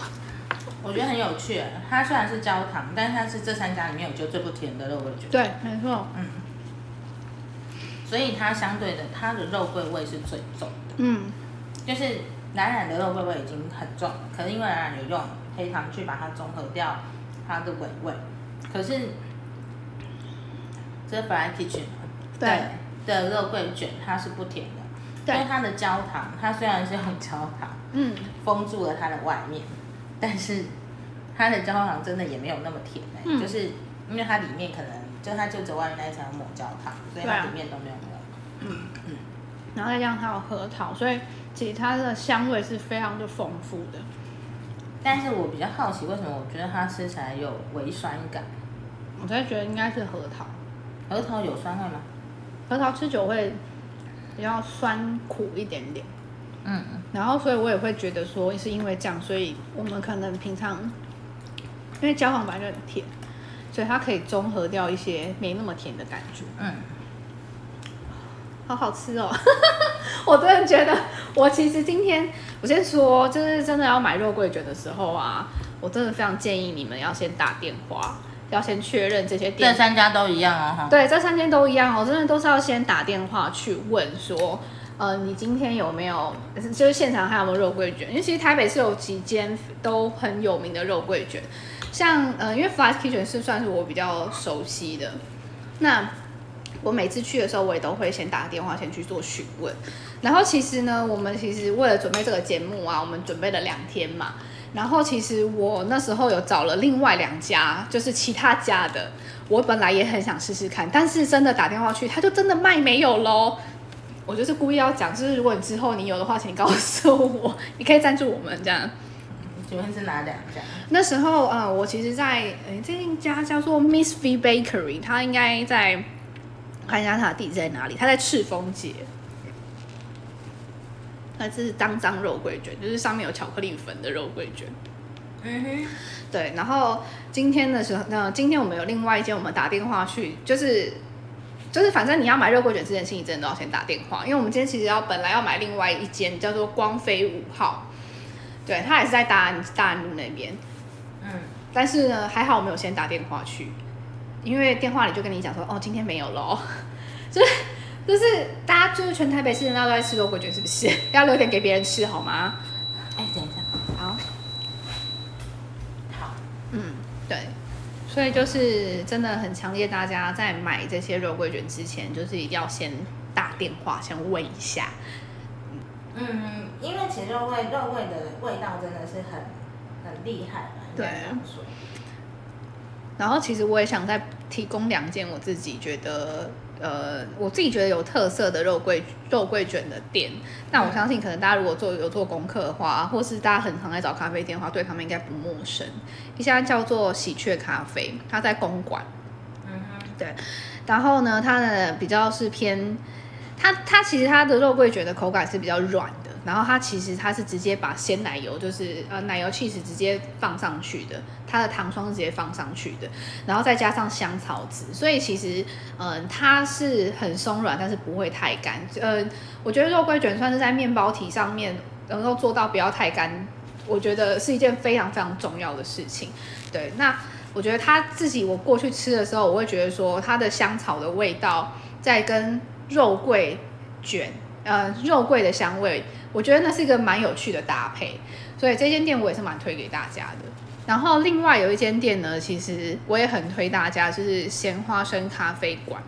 S2: 我觉得很有趣，欸它虽然是焦糖，但是它是这三家里面我觉得最不甜的肉桂卷。
S1: 对，没错，
S2: 嗯，所以它相对的，它的肉桂味是最重的，
S1: 嗯，
S2: 就是冉冉的肉桂味已经很重了，可是因为冉冉有用黑糖去把它中和掉它的尾味，可是这 f r i kitchen 嘛
S1: 对
S2: 的肉桂卷它是不甜的，
S1: 对
S2: 因为它的焦糖，它虽然是用焦糖
S1: 嗯，
S2: 封住了它的外面，但是它的焦糖真的也没有那么甜、欸
S1: 嗯
S2: 就是因为它里面可能就它就只外面那一层抹焦糖，所以
S1: 对
S2: 它
S1: 啊
S2: 里面都没有抹。
S1: 然后再加上它有核桃，所以其实它的香味是非常的丰富的。
S2: 但是我比较好奇，为什么我觉得它吃起来有微酸感？
S1: 我才觉得应该是核桃，
S2: 核桃有酸味吗？
S1: 核桃吃久会比较酸苦一点点。
S2: 嗯，
S1: 然后，所以我也会觉得说，是因为这样，所以我们可能平常，因为焦糖本来就很甜，所以它可以中和掉一些没那么甜的感觉。
S2: 嗯，
S1: 好好吃哦！ *laughs* 我真的觉得，我其实今天我先说，就是真的要买肉桂卷的时候啊，我真的非常建议你们要先打电话，要先确认这些
S2: 这
S1: 店。
S2: 三家都一样哦，哈。
S1: 对，这三间都一样哦，真的都是要先打电话去问说，呃，你今天有没有，就是现场还有没有肉桂卷？因为其实台北是有几间都很有名的肉桂卷，像呃，因为 Fast Kitchen 是算是我比较熟悉的，那我每次去的时候，我也都会先打个电话先去做询问。然后其实呢，我们其实为了准备这个节目啊，我们准备了两天嘛。然后其实我那时候有找了另外两家，就是其他家的，我本来也很想试试看，但是真的打电话去，他就真的卖没有喽。我就是故意要讲，就是如果你之后你有的话，请告诉我，你可以赞助我们这样。
S2: 请问是哪两家？
S1: 那时候，呃，我其实在，诶这一家叫做 Miss V Bakery，它应该在呃看一下它的地址在哪里，它在赤峰街。它是当张肉桂卷，就是上面有巧克力粉的肉桂卷。
S2: 嗯哼，
S1: 对，然后今天的时候，那今天我们有另外一间，我们打电话去，就是就是反正你要买肉桂卷之前，请你真的都要先打电话，因为我们今天其实要本来要买另外一间叫做光飞五号，对，它也是在大安大安路那边。
S2: 嗯，
S1: 但是呢，还好我们有先打电话去，因为电话里就跟你讲说，哦，今天没有 *laughs* 喽，就是就是大家就是全台北市人大家都在吃肉桂卷，是不是？要留点给别人吃好吗？
S2: 哎，等一下，
S1: 好，
S2: 好，
S1: 嗯，对，所以就是真的很强烈，大家在买这些肉桂卷之前，就是一定要先打电话先问一下，
S2: 嗯，因为其实肉桂肉桂的味道真的是很很厉害吧？应该这样说。
S1: 然后其实我也想再提供两件我自己觉得，呃，我自己觉得有特色的肉桂肉桂卷的店。那我相信可能大家如果做有做功课的话，或是大家很常在找咖啡店的话，对他们应该不陌生。一家叫做喜鹊咖啡，它在公馆。
S2: 嗯哼，
S1: 然后呢，它的比较是偏，它它其实它的肉桂卷的口感是比较软的，然后它其实它是直接把鲜奶油，就是呃奶油 cheese 直接放上去的，它的糖霜是直接放上去的，然后再加上香草籽，所以其实嗯、呃它是很松软，但是不会太干。呃，我觉得肉桂卷算是在面包体上面能够做到不要太干，我觉得是一件非常非常重要的事情。对，那我觉得它自己，我过去吃的时候，我会觉得说它的香草的味道在跟肉桂卷，呃，肉桂的香味，我觉得那是一个蛮有趣的搭配。所以这间店我也是蛮推给大家的。然后另外有一间店呢，其实我也很推大家，就是鲜花生咖啡馆。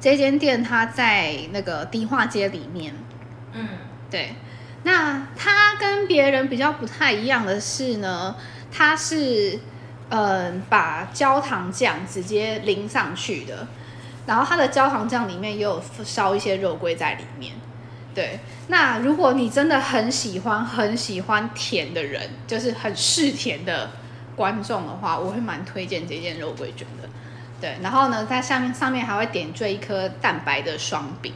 S1: 这间店它在那个迪化街里面，
S2: 嗯，
S1: 对，那它跟别人比较不太一样的是呢，它是嗯，把焦糖酱直接淋上去的，然后它的焦糖酱里面也有烧一些肉桂在里面。对，那如果你真的很喜欢很喜欢甜的人，就是很嗜甜的观众的话，我会蛮推荐这件肉桂卷的。对，然后呢，在下面上面还会点缀一颗蛋白的双饼。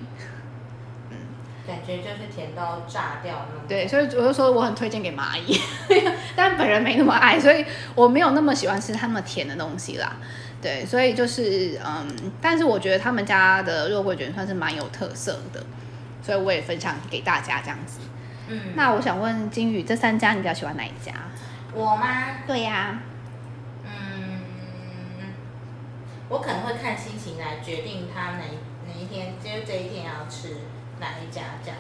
S2: 感觉就是甜到炸掉那种。
S1: 对，所以我就说我很推荐给蚂蚁，但本人没那么爱，所以我没有那么喜欢吃他们甜的东西啦。对，所以就是嗯，但是我觉得他们家的肉桂卷算是蛮有特色的，所以我也分享给大家这样子。
S2: 嗯，
S1: 那我想问金宇，这三家你比较喜欢哪一家？
S2: 我吗？
S1: 对呀、
S2: 嗯，我可能会看心情来决定他哪一哪一天，就是这一天要吃哪一家这样。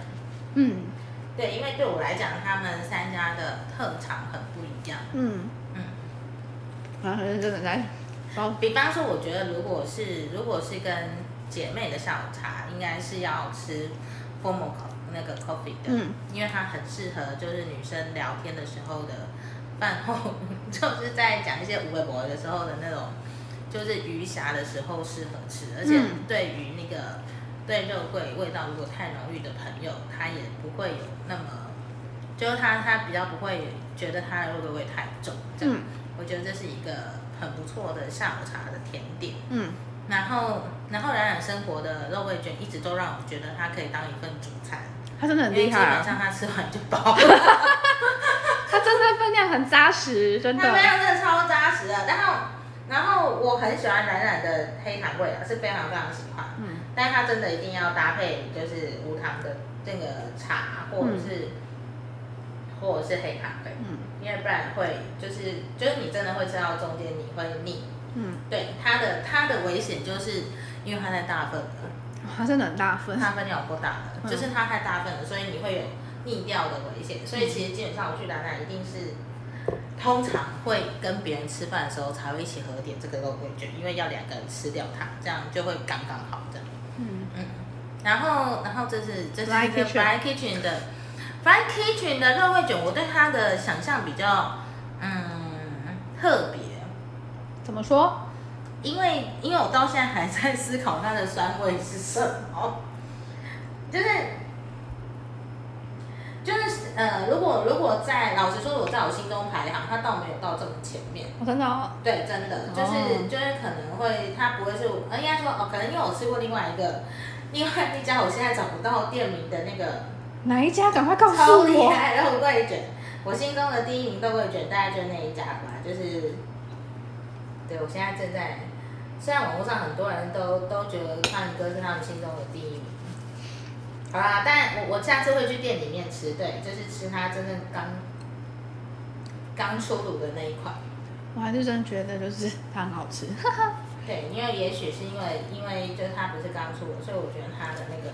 S1: 嗯
S2: 对，因为对我来讲，他们三家的特长很不一样。
S1: 嗯，
S2: 嗯，
S1: 然后真的在，然后
S2: 比方说，我觉得如果是如果是跟姐妹的下午茶，应该是要吃 formal co- 那个 coffee 的，
S1: 嗯
S2: 因为它很适合就是女生聊天的时候的饭后， *laughs* 就是在讲一些无微博的时候的那种，就是余暇的时候适合吃，而且
S1: 嗯
S2: 对于那个对肉桂味道如果太浓郁的朋友，他也不会有那么，就是他他比较不会觉得他的肉桂味太重，这样。
S1: 嗯
S2: 我觉得这是一个很不错的下午茶的甜点。
S1: 嗯
S2: 然后，然后冉冉生活的肉桂卷一直都让我觉得它可以当一份主餐，
S1: 他真的很
S2: 因为
S1: 厉
S2: 基
S1: 害、
S2: 本
S1: 啊，
S2: 上它吃完就饱了。
S1: *laughs* 他真的分量很扎实，真
S2: 它
S1: 的
S2: 非。常真的超扎实的。然后，然后我很喜欢冉冉的黑糖味啊，是非常非常喜欢。
S1: 嗯
S2: 但它真的一定要搭配就是无糖的这个茶，或者是、或者是黑咖啡，
S1: 嗯
S2: 因为不然会就是就是你真的会吃到中间你会腻。
S1: 嗯，
S2: 对它的它的危险就是因为它太大份了，
S1: 他真的很大份。
S2: 它分量有够大了，
S1: 嗯
S2: 就是它太大份了，所以你会有腻掉的危险。所以其实基本上我去兰兰一定是。通常会跟别人吃饭的时候才会一起合点这个肉桂卷，因为要两个人吃掉它，这样就会刚刚好这样。
S1: 嗯
S2: 嗯，然后然后这是这是
S1: Fly
S2: 一个
S1: Kitchen
S2: Fly Kitchen 的 Fly Kitchen 的肉桂卷，我对它的想象比较嗯特别，
S1: 怎么说？
S2: 因为因为我到现在还在思考它的酸味是什么，就是就是呃，如果如果在老实说，我在我心中排行，它倒没有到这么前面。
S1: 我真的哦
S2: 对，真的就是、
S1: 哦
S2: 就是可能会，它不会是我，呃应该说哦，可能因为我吃过另外一个另外一家，我现在找不到店名的那个
S1: 哪一家？赶快告诉
S2: 超厉
S1: 我！
S2: 害的肉桂卷，我心中的第一名肉桂卷大概就是那一家吧，就是，对我现在正在，虽然网络上很多人都都觉得川哥是他们心中的第一名，好啦，但我我下次会去店里面吃，对，就是吃它真正刚刚出炉的那一款，
S1: 我还是真的觉得就是它很好吃。 *laughs*
S2: 对，因为也许是因为因为就是它不是刚出炉，所以我觉得它的那个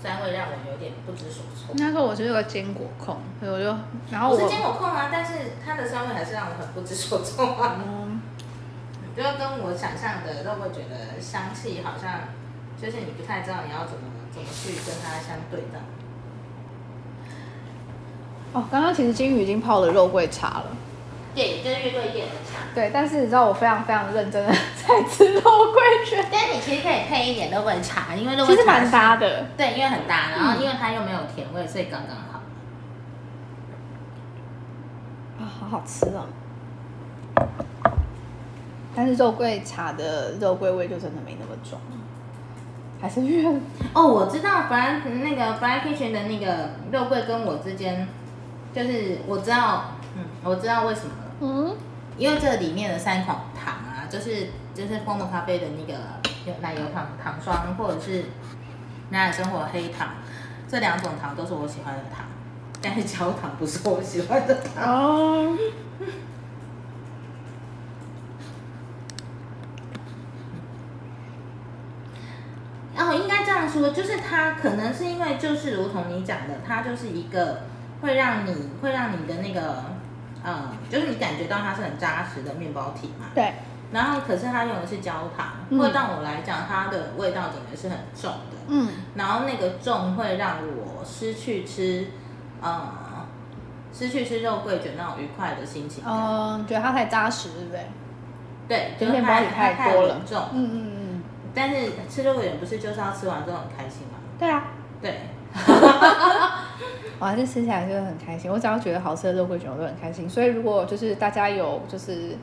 S2: 酸味让我有点不知所措。
S1: 那时候我是有个坚果控，所以我就然后
S2: 我
S1: 我
S2: 是坚果控啊，但是它的酸味还是让我很不知所措 *laughs* 啊，
S1: 嗯
S2: 就跟我想象的肉桂卷的香气好像，就是你不太知道你要怎么怎么去跟它相对的。
S1: 哦，刚刚其实金鱼已经泡了肉桂茶了。
S2: 对，就是月桂叶的茶。
S1: 对，但是你知道我非常非常认真的在吃肉桂卷，
S2: *laughs* 但你其实可以配一点肉桂茶，因为肉
S1: 其
S2: 桂
S1: 实
S2: 茶
S1: 蛮
S2: 是
S1: 搭的。
S2: 对，因为很搭，然后因为它又没有甜味，所以刚刚好。
S1: 啊，好好吃哦！但是肉桂茶的肉桂味就真的没那么重，还是因为
S2: 哦，我知道 Black 那个 Black Kitchen 的那个肉桂跟我之间，就是我知道，嗯，我知道为什么了。
S1: 嗯
S2: 因为这里面的三款糖啊，就是就是蜂蜜咖啡的那个有奶油糖糖霜，或者是奶奶生活黑糖，这两种糖都是我喜欢的糖，但是焦糖不是我喜欢的糖。
S1: 哦，
S2: 哦，应该这样说，就是它可能是因为就是如同你讲的，它就是一个会让你会让你的那个呃，就是你感觉到它是很扎实的面包体嘛。
S1: 对，
S2: 然后可是它用的是焦糖，
S1: 嗯
S2: 会让我来讲它的味道整个是很重的。
S1: 嗯
S2: 然后那个重会让我失去吃，呃，失去吃肉桂卷那种愉快的心情感。
S1: 嗯，觉得它太扎实，对不对？
S2: 对，
S1: 就
S2: 就
S1: 是面包
S2: 它
S1: 也
S2: 它
S1: 太多了
S2: 稳重，
S1: 嗯嗯嗯，
S2: 但是吃肉桂卷不是就是要吃完之后很开心吗？
S1: 对啊，
S2: 对，
S1: 我还是吃起来就是很开心。我只要觉得好吃的肉桂卷，我都很开心。所以如果就是大家有就是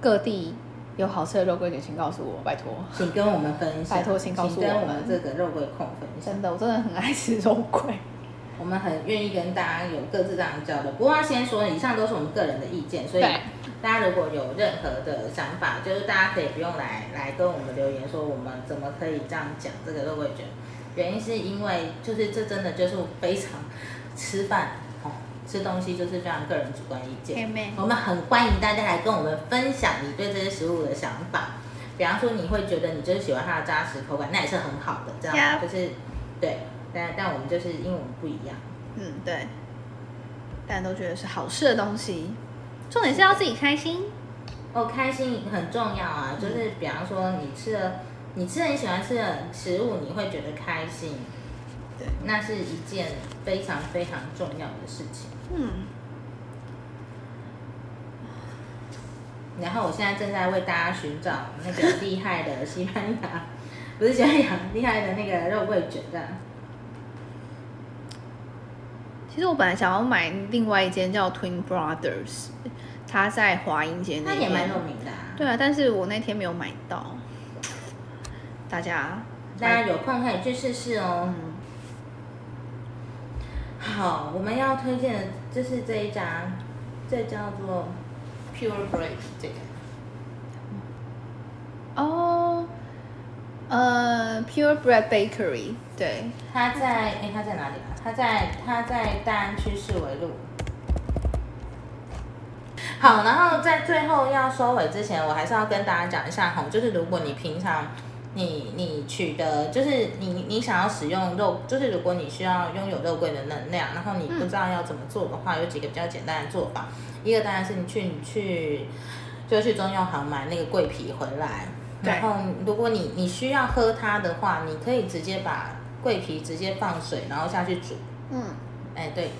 S1: 各地有好吃的肉桂卷，请告诉我，拜托。
S2: 请跟我们分享，
S1: *laughs* 拜托请告诉
S2: 跟
S1: 我
S2: 我
S1: 们
S2: 们这个肉桂控分享，
S1: 真的，我真的很爱吃肉桂。
S2: 我们很愿意跟大家有各自这样的交流。不过要先说，以上都是我们个人的意见，所
S1: *laughs*
S2: 以
S1: 对
S2: 大家如果有任何的想法，就是大家可以不用来来跟我们留言说我们怎么可以这样讲这个肉桂卷，原因是因为就是这真的就是非常吃饭哦，吃东西就是非常个人主观意见。
S1: 妹，
S2: 我们很欢迎大家来跟我们分享你对这些食物的想法。比方说，你会觉得你就是喜欢它的扎实口感，那也是很好的，这样
S1: Yeah
S2: 就是对。但但我们就是因为我们不一样，
S1: 嗯，对，大家都觉得是好吃的东西，重点是要自己开心。
S2: 哦，开心很重要啊。就是比方说，你吃了你吃了你喜欢吃的食物，你会觉得开心，
S1: 对，
S2: 那是一件非常非常重要的事情。
S1: 嗯，
S2: 然后我现在正在为大家寻找那个厉害的西班牙，不是西班牙厉害的那个肉桂卷这样。
S1: 其实我本来想要买另外一间叫 Twin Brothers，它在华阴街
S2: 那
S1: 那
S2: 也蛮有
S1: 边。
S2: 名的、啊，
S1: 对啊，但是我那天没有买到。大家，
S2: 大家有空可以去试试哦。
S1: 嗯，
S2: 好，我们要推荐的就是这一家，这叫做 Pure Bread 这个。
S1: 哦，呃，Pure Bread Bakery，对，
S2: 它在哎，它在哪里啊？它在它在大安区市围路。好，然后在最后要收尾之前，我还是要跟大家讲一下哈，就是如果你平常你你取得就是你你想要使用肉，就是如果你需要拥有肉桂的能量，然后你不知道要怎么做的话，有几个比较简单的做法。一个当然是你去你去就去中药行买那个桂皮回来，
S1: 对
S2: 然后如果你你需要喝它的话，你可以直接把桂皮直接放水，然后下去煮，
S1: 嗯，
S2: 哎对，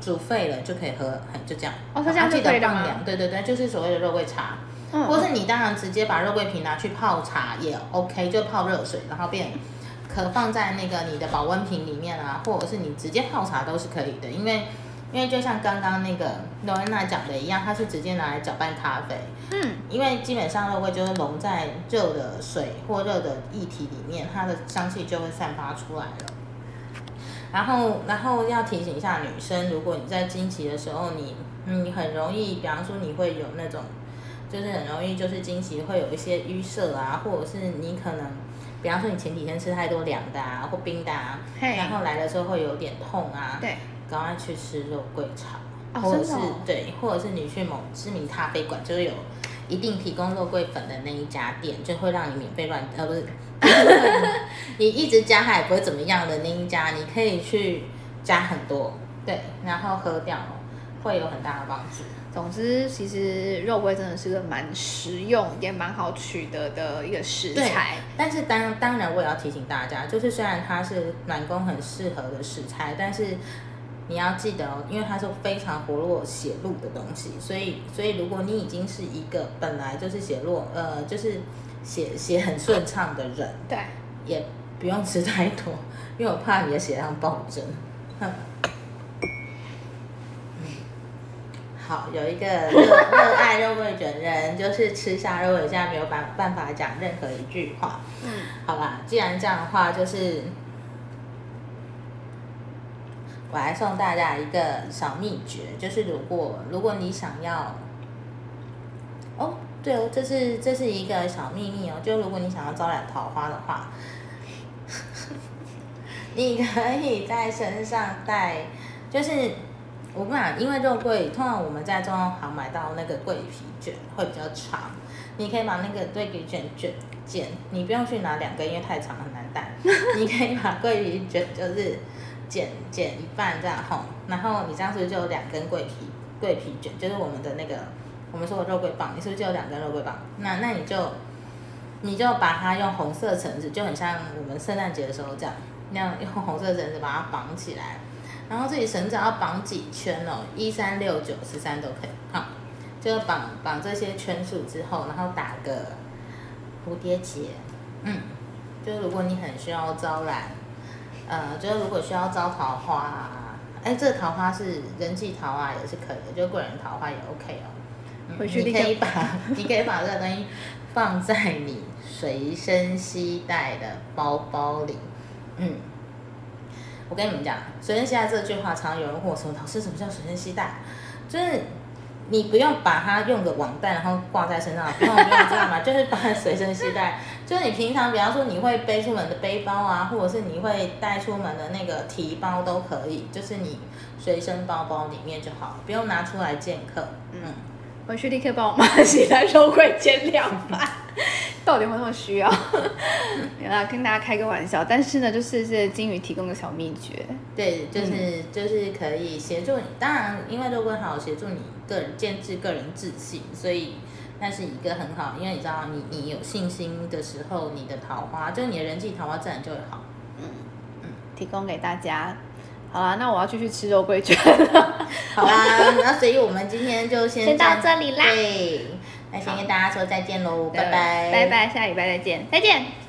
S2: 煮沸了就可以喝，哎就这样。
S1: 哦是这样
S2: 然后记
S1: 就可以
S2: 得
S1: 了
S2: 放
S1: 吗
S2: 凉，对对对，就是所谓的肉桂茶。
S1: 嗯
S2: 或是你当然直接把肉桂皮拿去泡茶也 OK，就泡热水，然后变可放在那个你的保温瓶里面啊，或者是你直接泡茶都是可以的，因为因为就像刚刚那个罗安娜讲的一样，它是直接拿来搅拌咖啡，
S1: 嗯，
S2: 因为基本上肉桂就是溶在热的水或热的液体里面，它的香气就会散发出来了。然后，然后要提醒一下女生，如果你在经期的时候，你你很容易，比方说你会有那种，就是很容易就是经期会有一些淤塞啊，或者是你可能，比方说你前几天吃太多凉的啊或冰的啊，
S1: 嘿
S2: 然后来的时候会有点痛啊，
S1: 对，
S2: 赶快去吃肉桂茶，
S1: 哦
S2: 或者是、
S1: 真的哦
S2: 对，或者是你去某知名咖啡馆，就是有一定提供肉桂粉的那一家店，就会让你免费乱呃不是， *laughs* 你一直加它也不会怎么样的那一家，你可以去加很多，对，然后喝掉会有很大的帮助。
S1: 总之，其实肉桂真的是个蛮实用也蛮好取得的一个食
S2: 对
S1: 材。
S2: 但是当当然，我也要提醒大家，就是虽然它是暖宫很适合的食材，但是你要记得哦，因为它是非常活络血路的东西，所以所以如果你已经是一个本来就是血络呃就是血血很顺畅的人，
S1: 对，
S2: 也不用吃太多，因为我怕你的血量暴增。哼 *laughs* 好，有一个热热爱肉桂卷的人，就是吃下肉桂卷没有办办法讲任何一句话。
S1: 嗯，
S2: 好吧，既然这样的话，就是我来送大家一个小秘诀，就是如果如果你想要，哦，对哦，这是这是一个小秘密哦，就如果你想要招揽桃花的话， *laughs* 你可以在身上带，就是。我不想，因为肉桂通常我们在中药行买到那个桂皮卷会比较长，你可以把那个桂皮卷卷剪，你不用去拿两根，因为太长很难带。 *laughs* 你可以把桂皮卷就是剪剪一半这样吼，然后你这样是不是就有两根桂皮桂皮卷？就是我们的那个我们说的肉桂棒，你是不是就有两根肉桂棒？那那你就你就把它用红色绳子，就很像我们圣诞节的时候这样，那样用红色绳子把它绑起来，然后自己绳子要绑几圈哦，一三六九十三都可以，好，就绑绑这些圈数之后，然后打个蝴蝶结，嗯，就如果你很需要招揽，呃，就是如果需要招桃花啊，哎，这个桃花是人际桃花也是可以的，就贵人桃花也 OK 哦。嗯
S1: 回去立
S2: 你
S1: 刻
S2: 可以把 *laughs* 你可以把这个东西放在你随身携带的包包里，嗯。我跟你们讲，随身携带这句话，常常有人问我说：“老师，什么叫随身携带？”就是你不用把它用个网袋，然后挂在身上，不用不用这样嘛， *laughs* 就是放在随身携带。就是你平常，比方说你会背出门的背包啊，或者是你会带出门的那个提包都可以，就是你随身包包里面就好了，不用拿出来见客。嗯，
S1: 回去立刻帮我妈 *laughs* 洗来肉桂煎两饭，到底有没有那么需要？ *laughs* 没有啦，跟大家开个玩笑，但是呢，就是是金鱼提供的小秘诀，
S2: 对，就是、就是可以协助你。当然，因为肉桂好协助你个人建制个人自信，所以那是一个很好，因为你知道你你有信心的时候，你的桃花就是你的人际桃花自然就会好。
S1: 提供给大家。好啦，那我要继续吃肉桂卷了。
S2: 好啦， *laughs* 那所以我们今天就先
S1: 先到
S2: 这样
S1: 这里啦
S2: 对，那先跟大家说再见喽，拜拜，
S1: 拜拜，下礼拜再见，再见。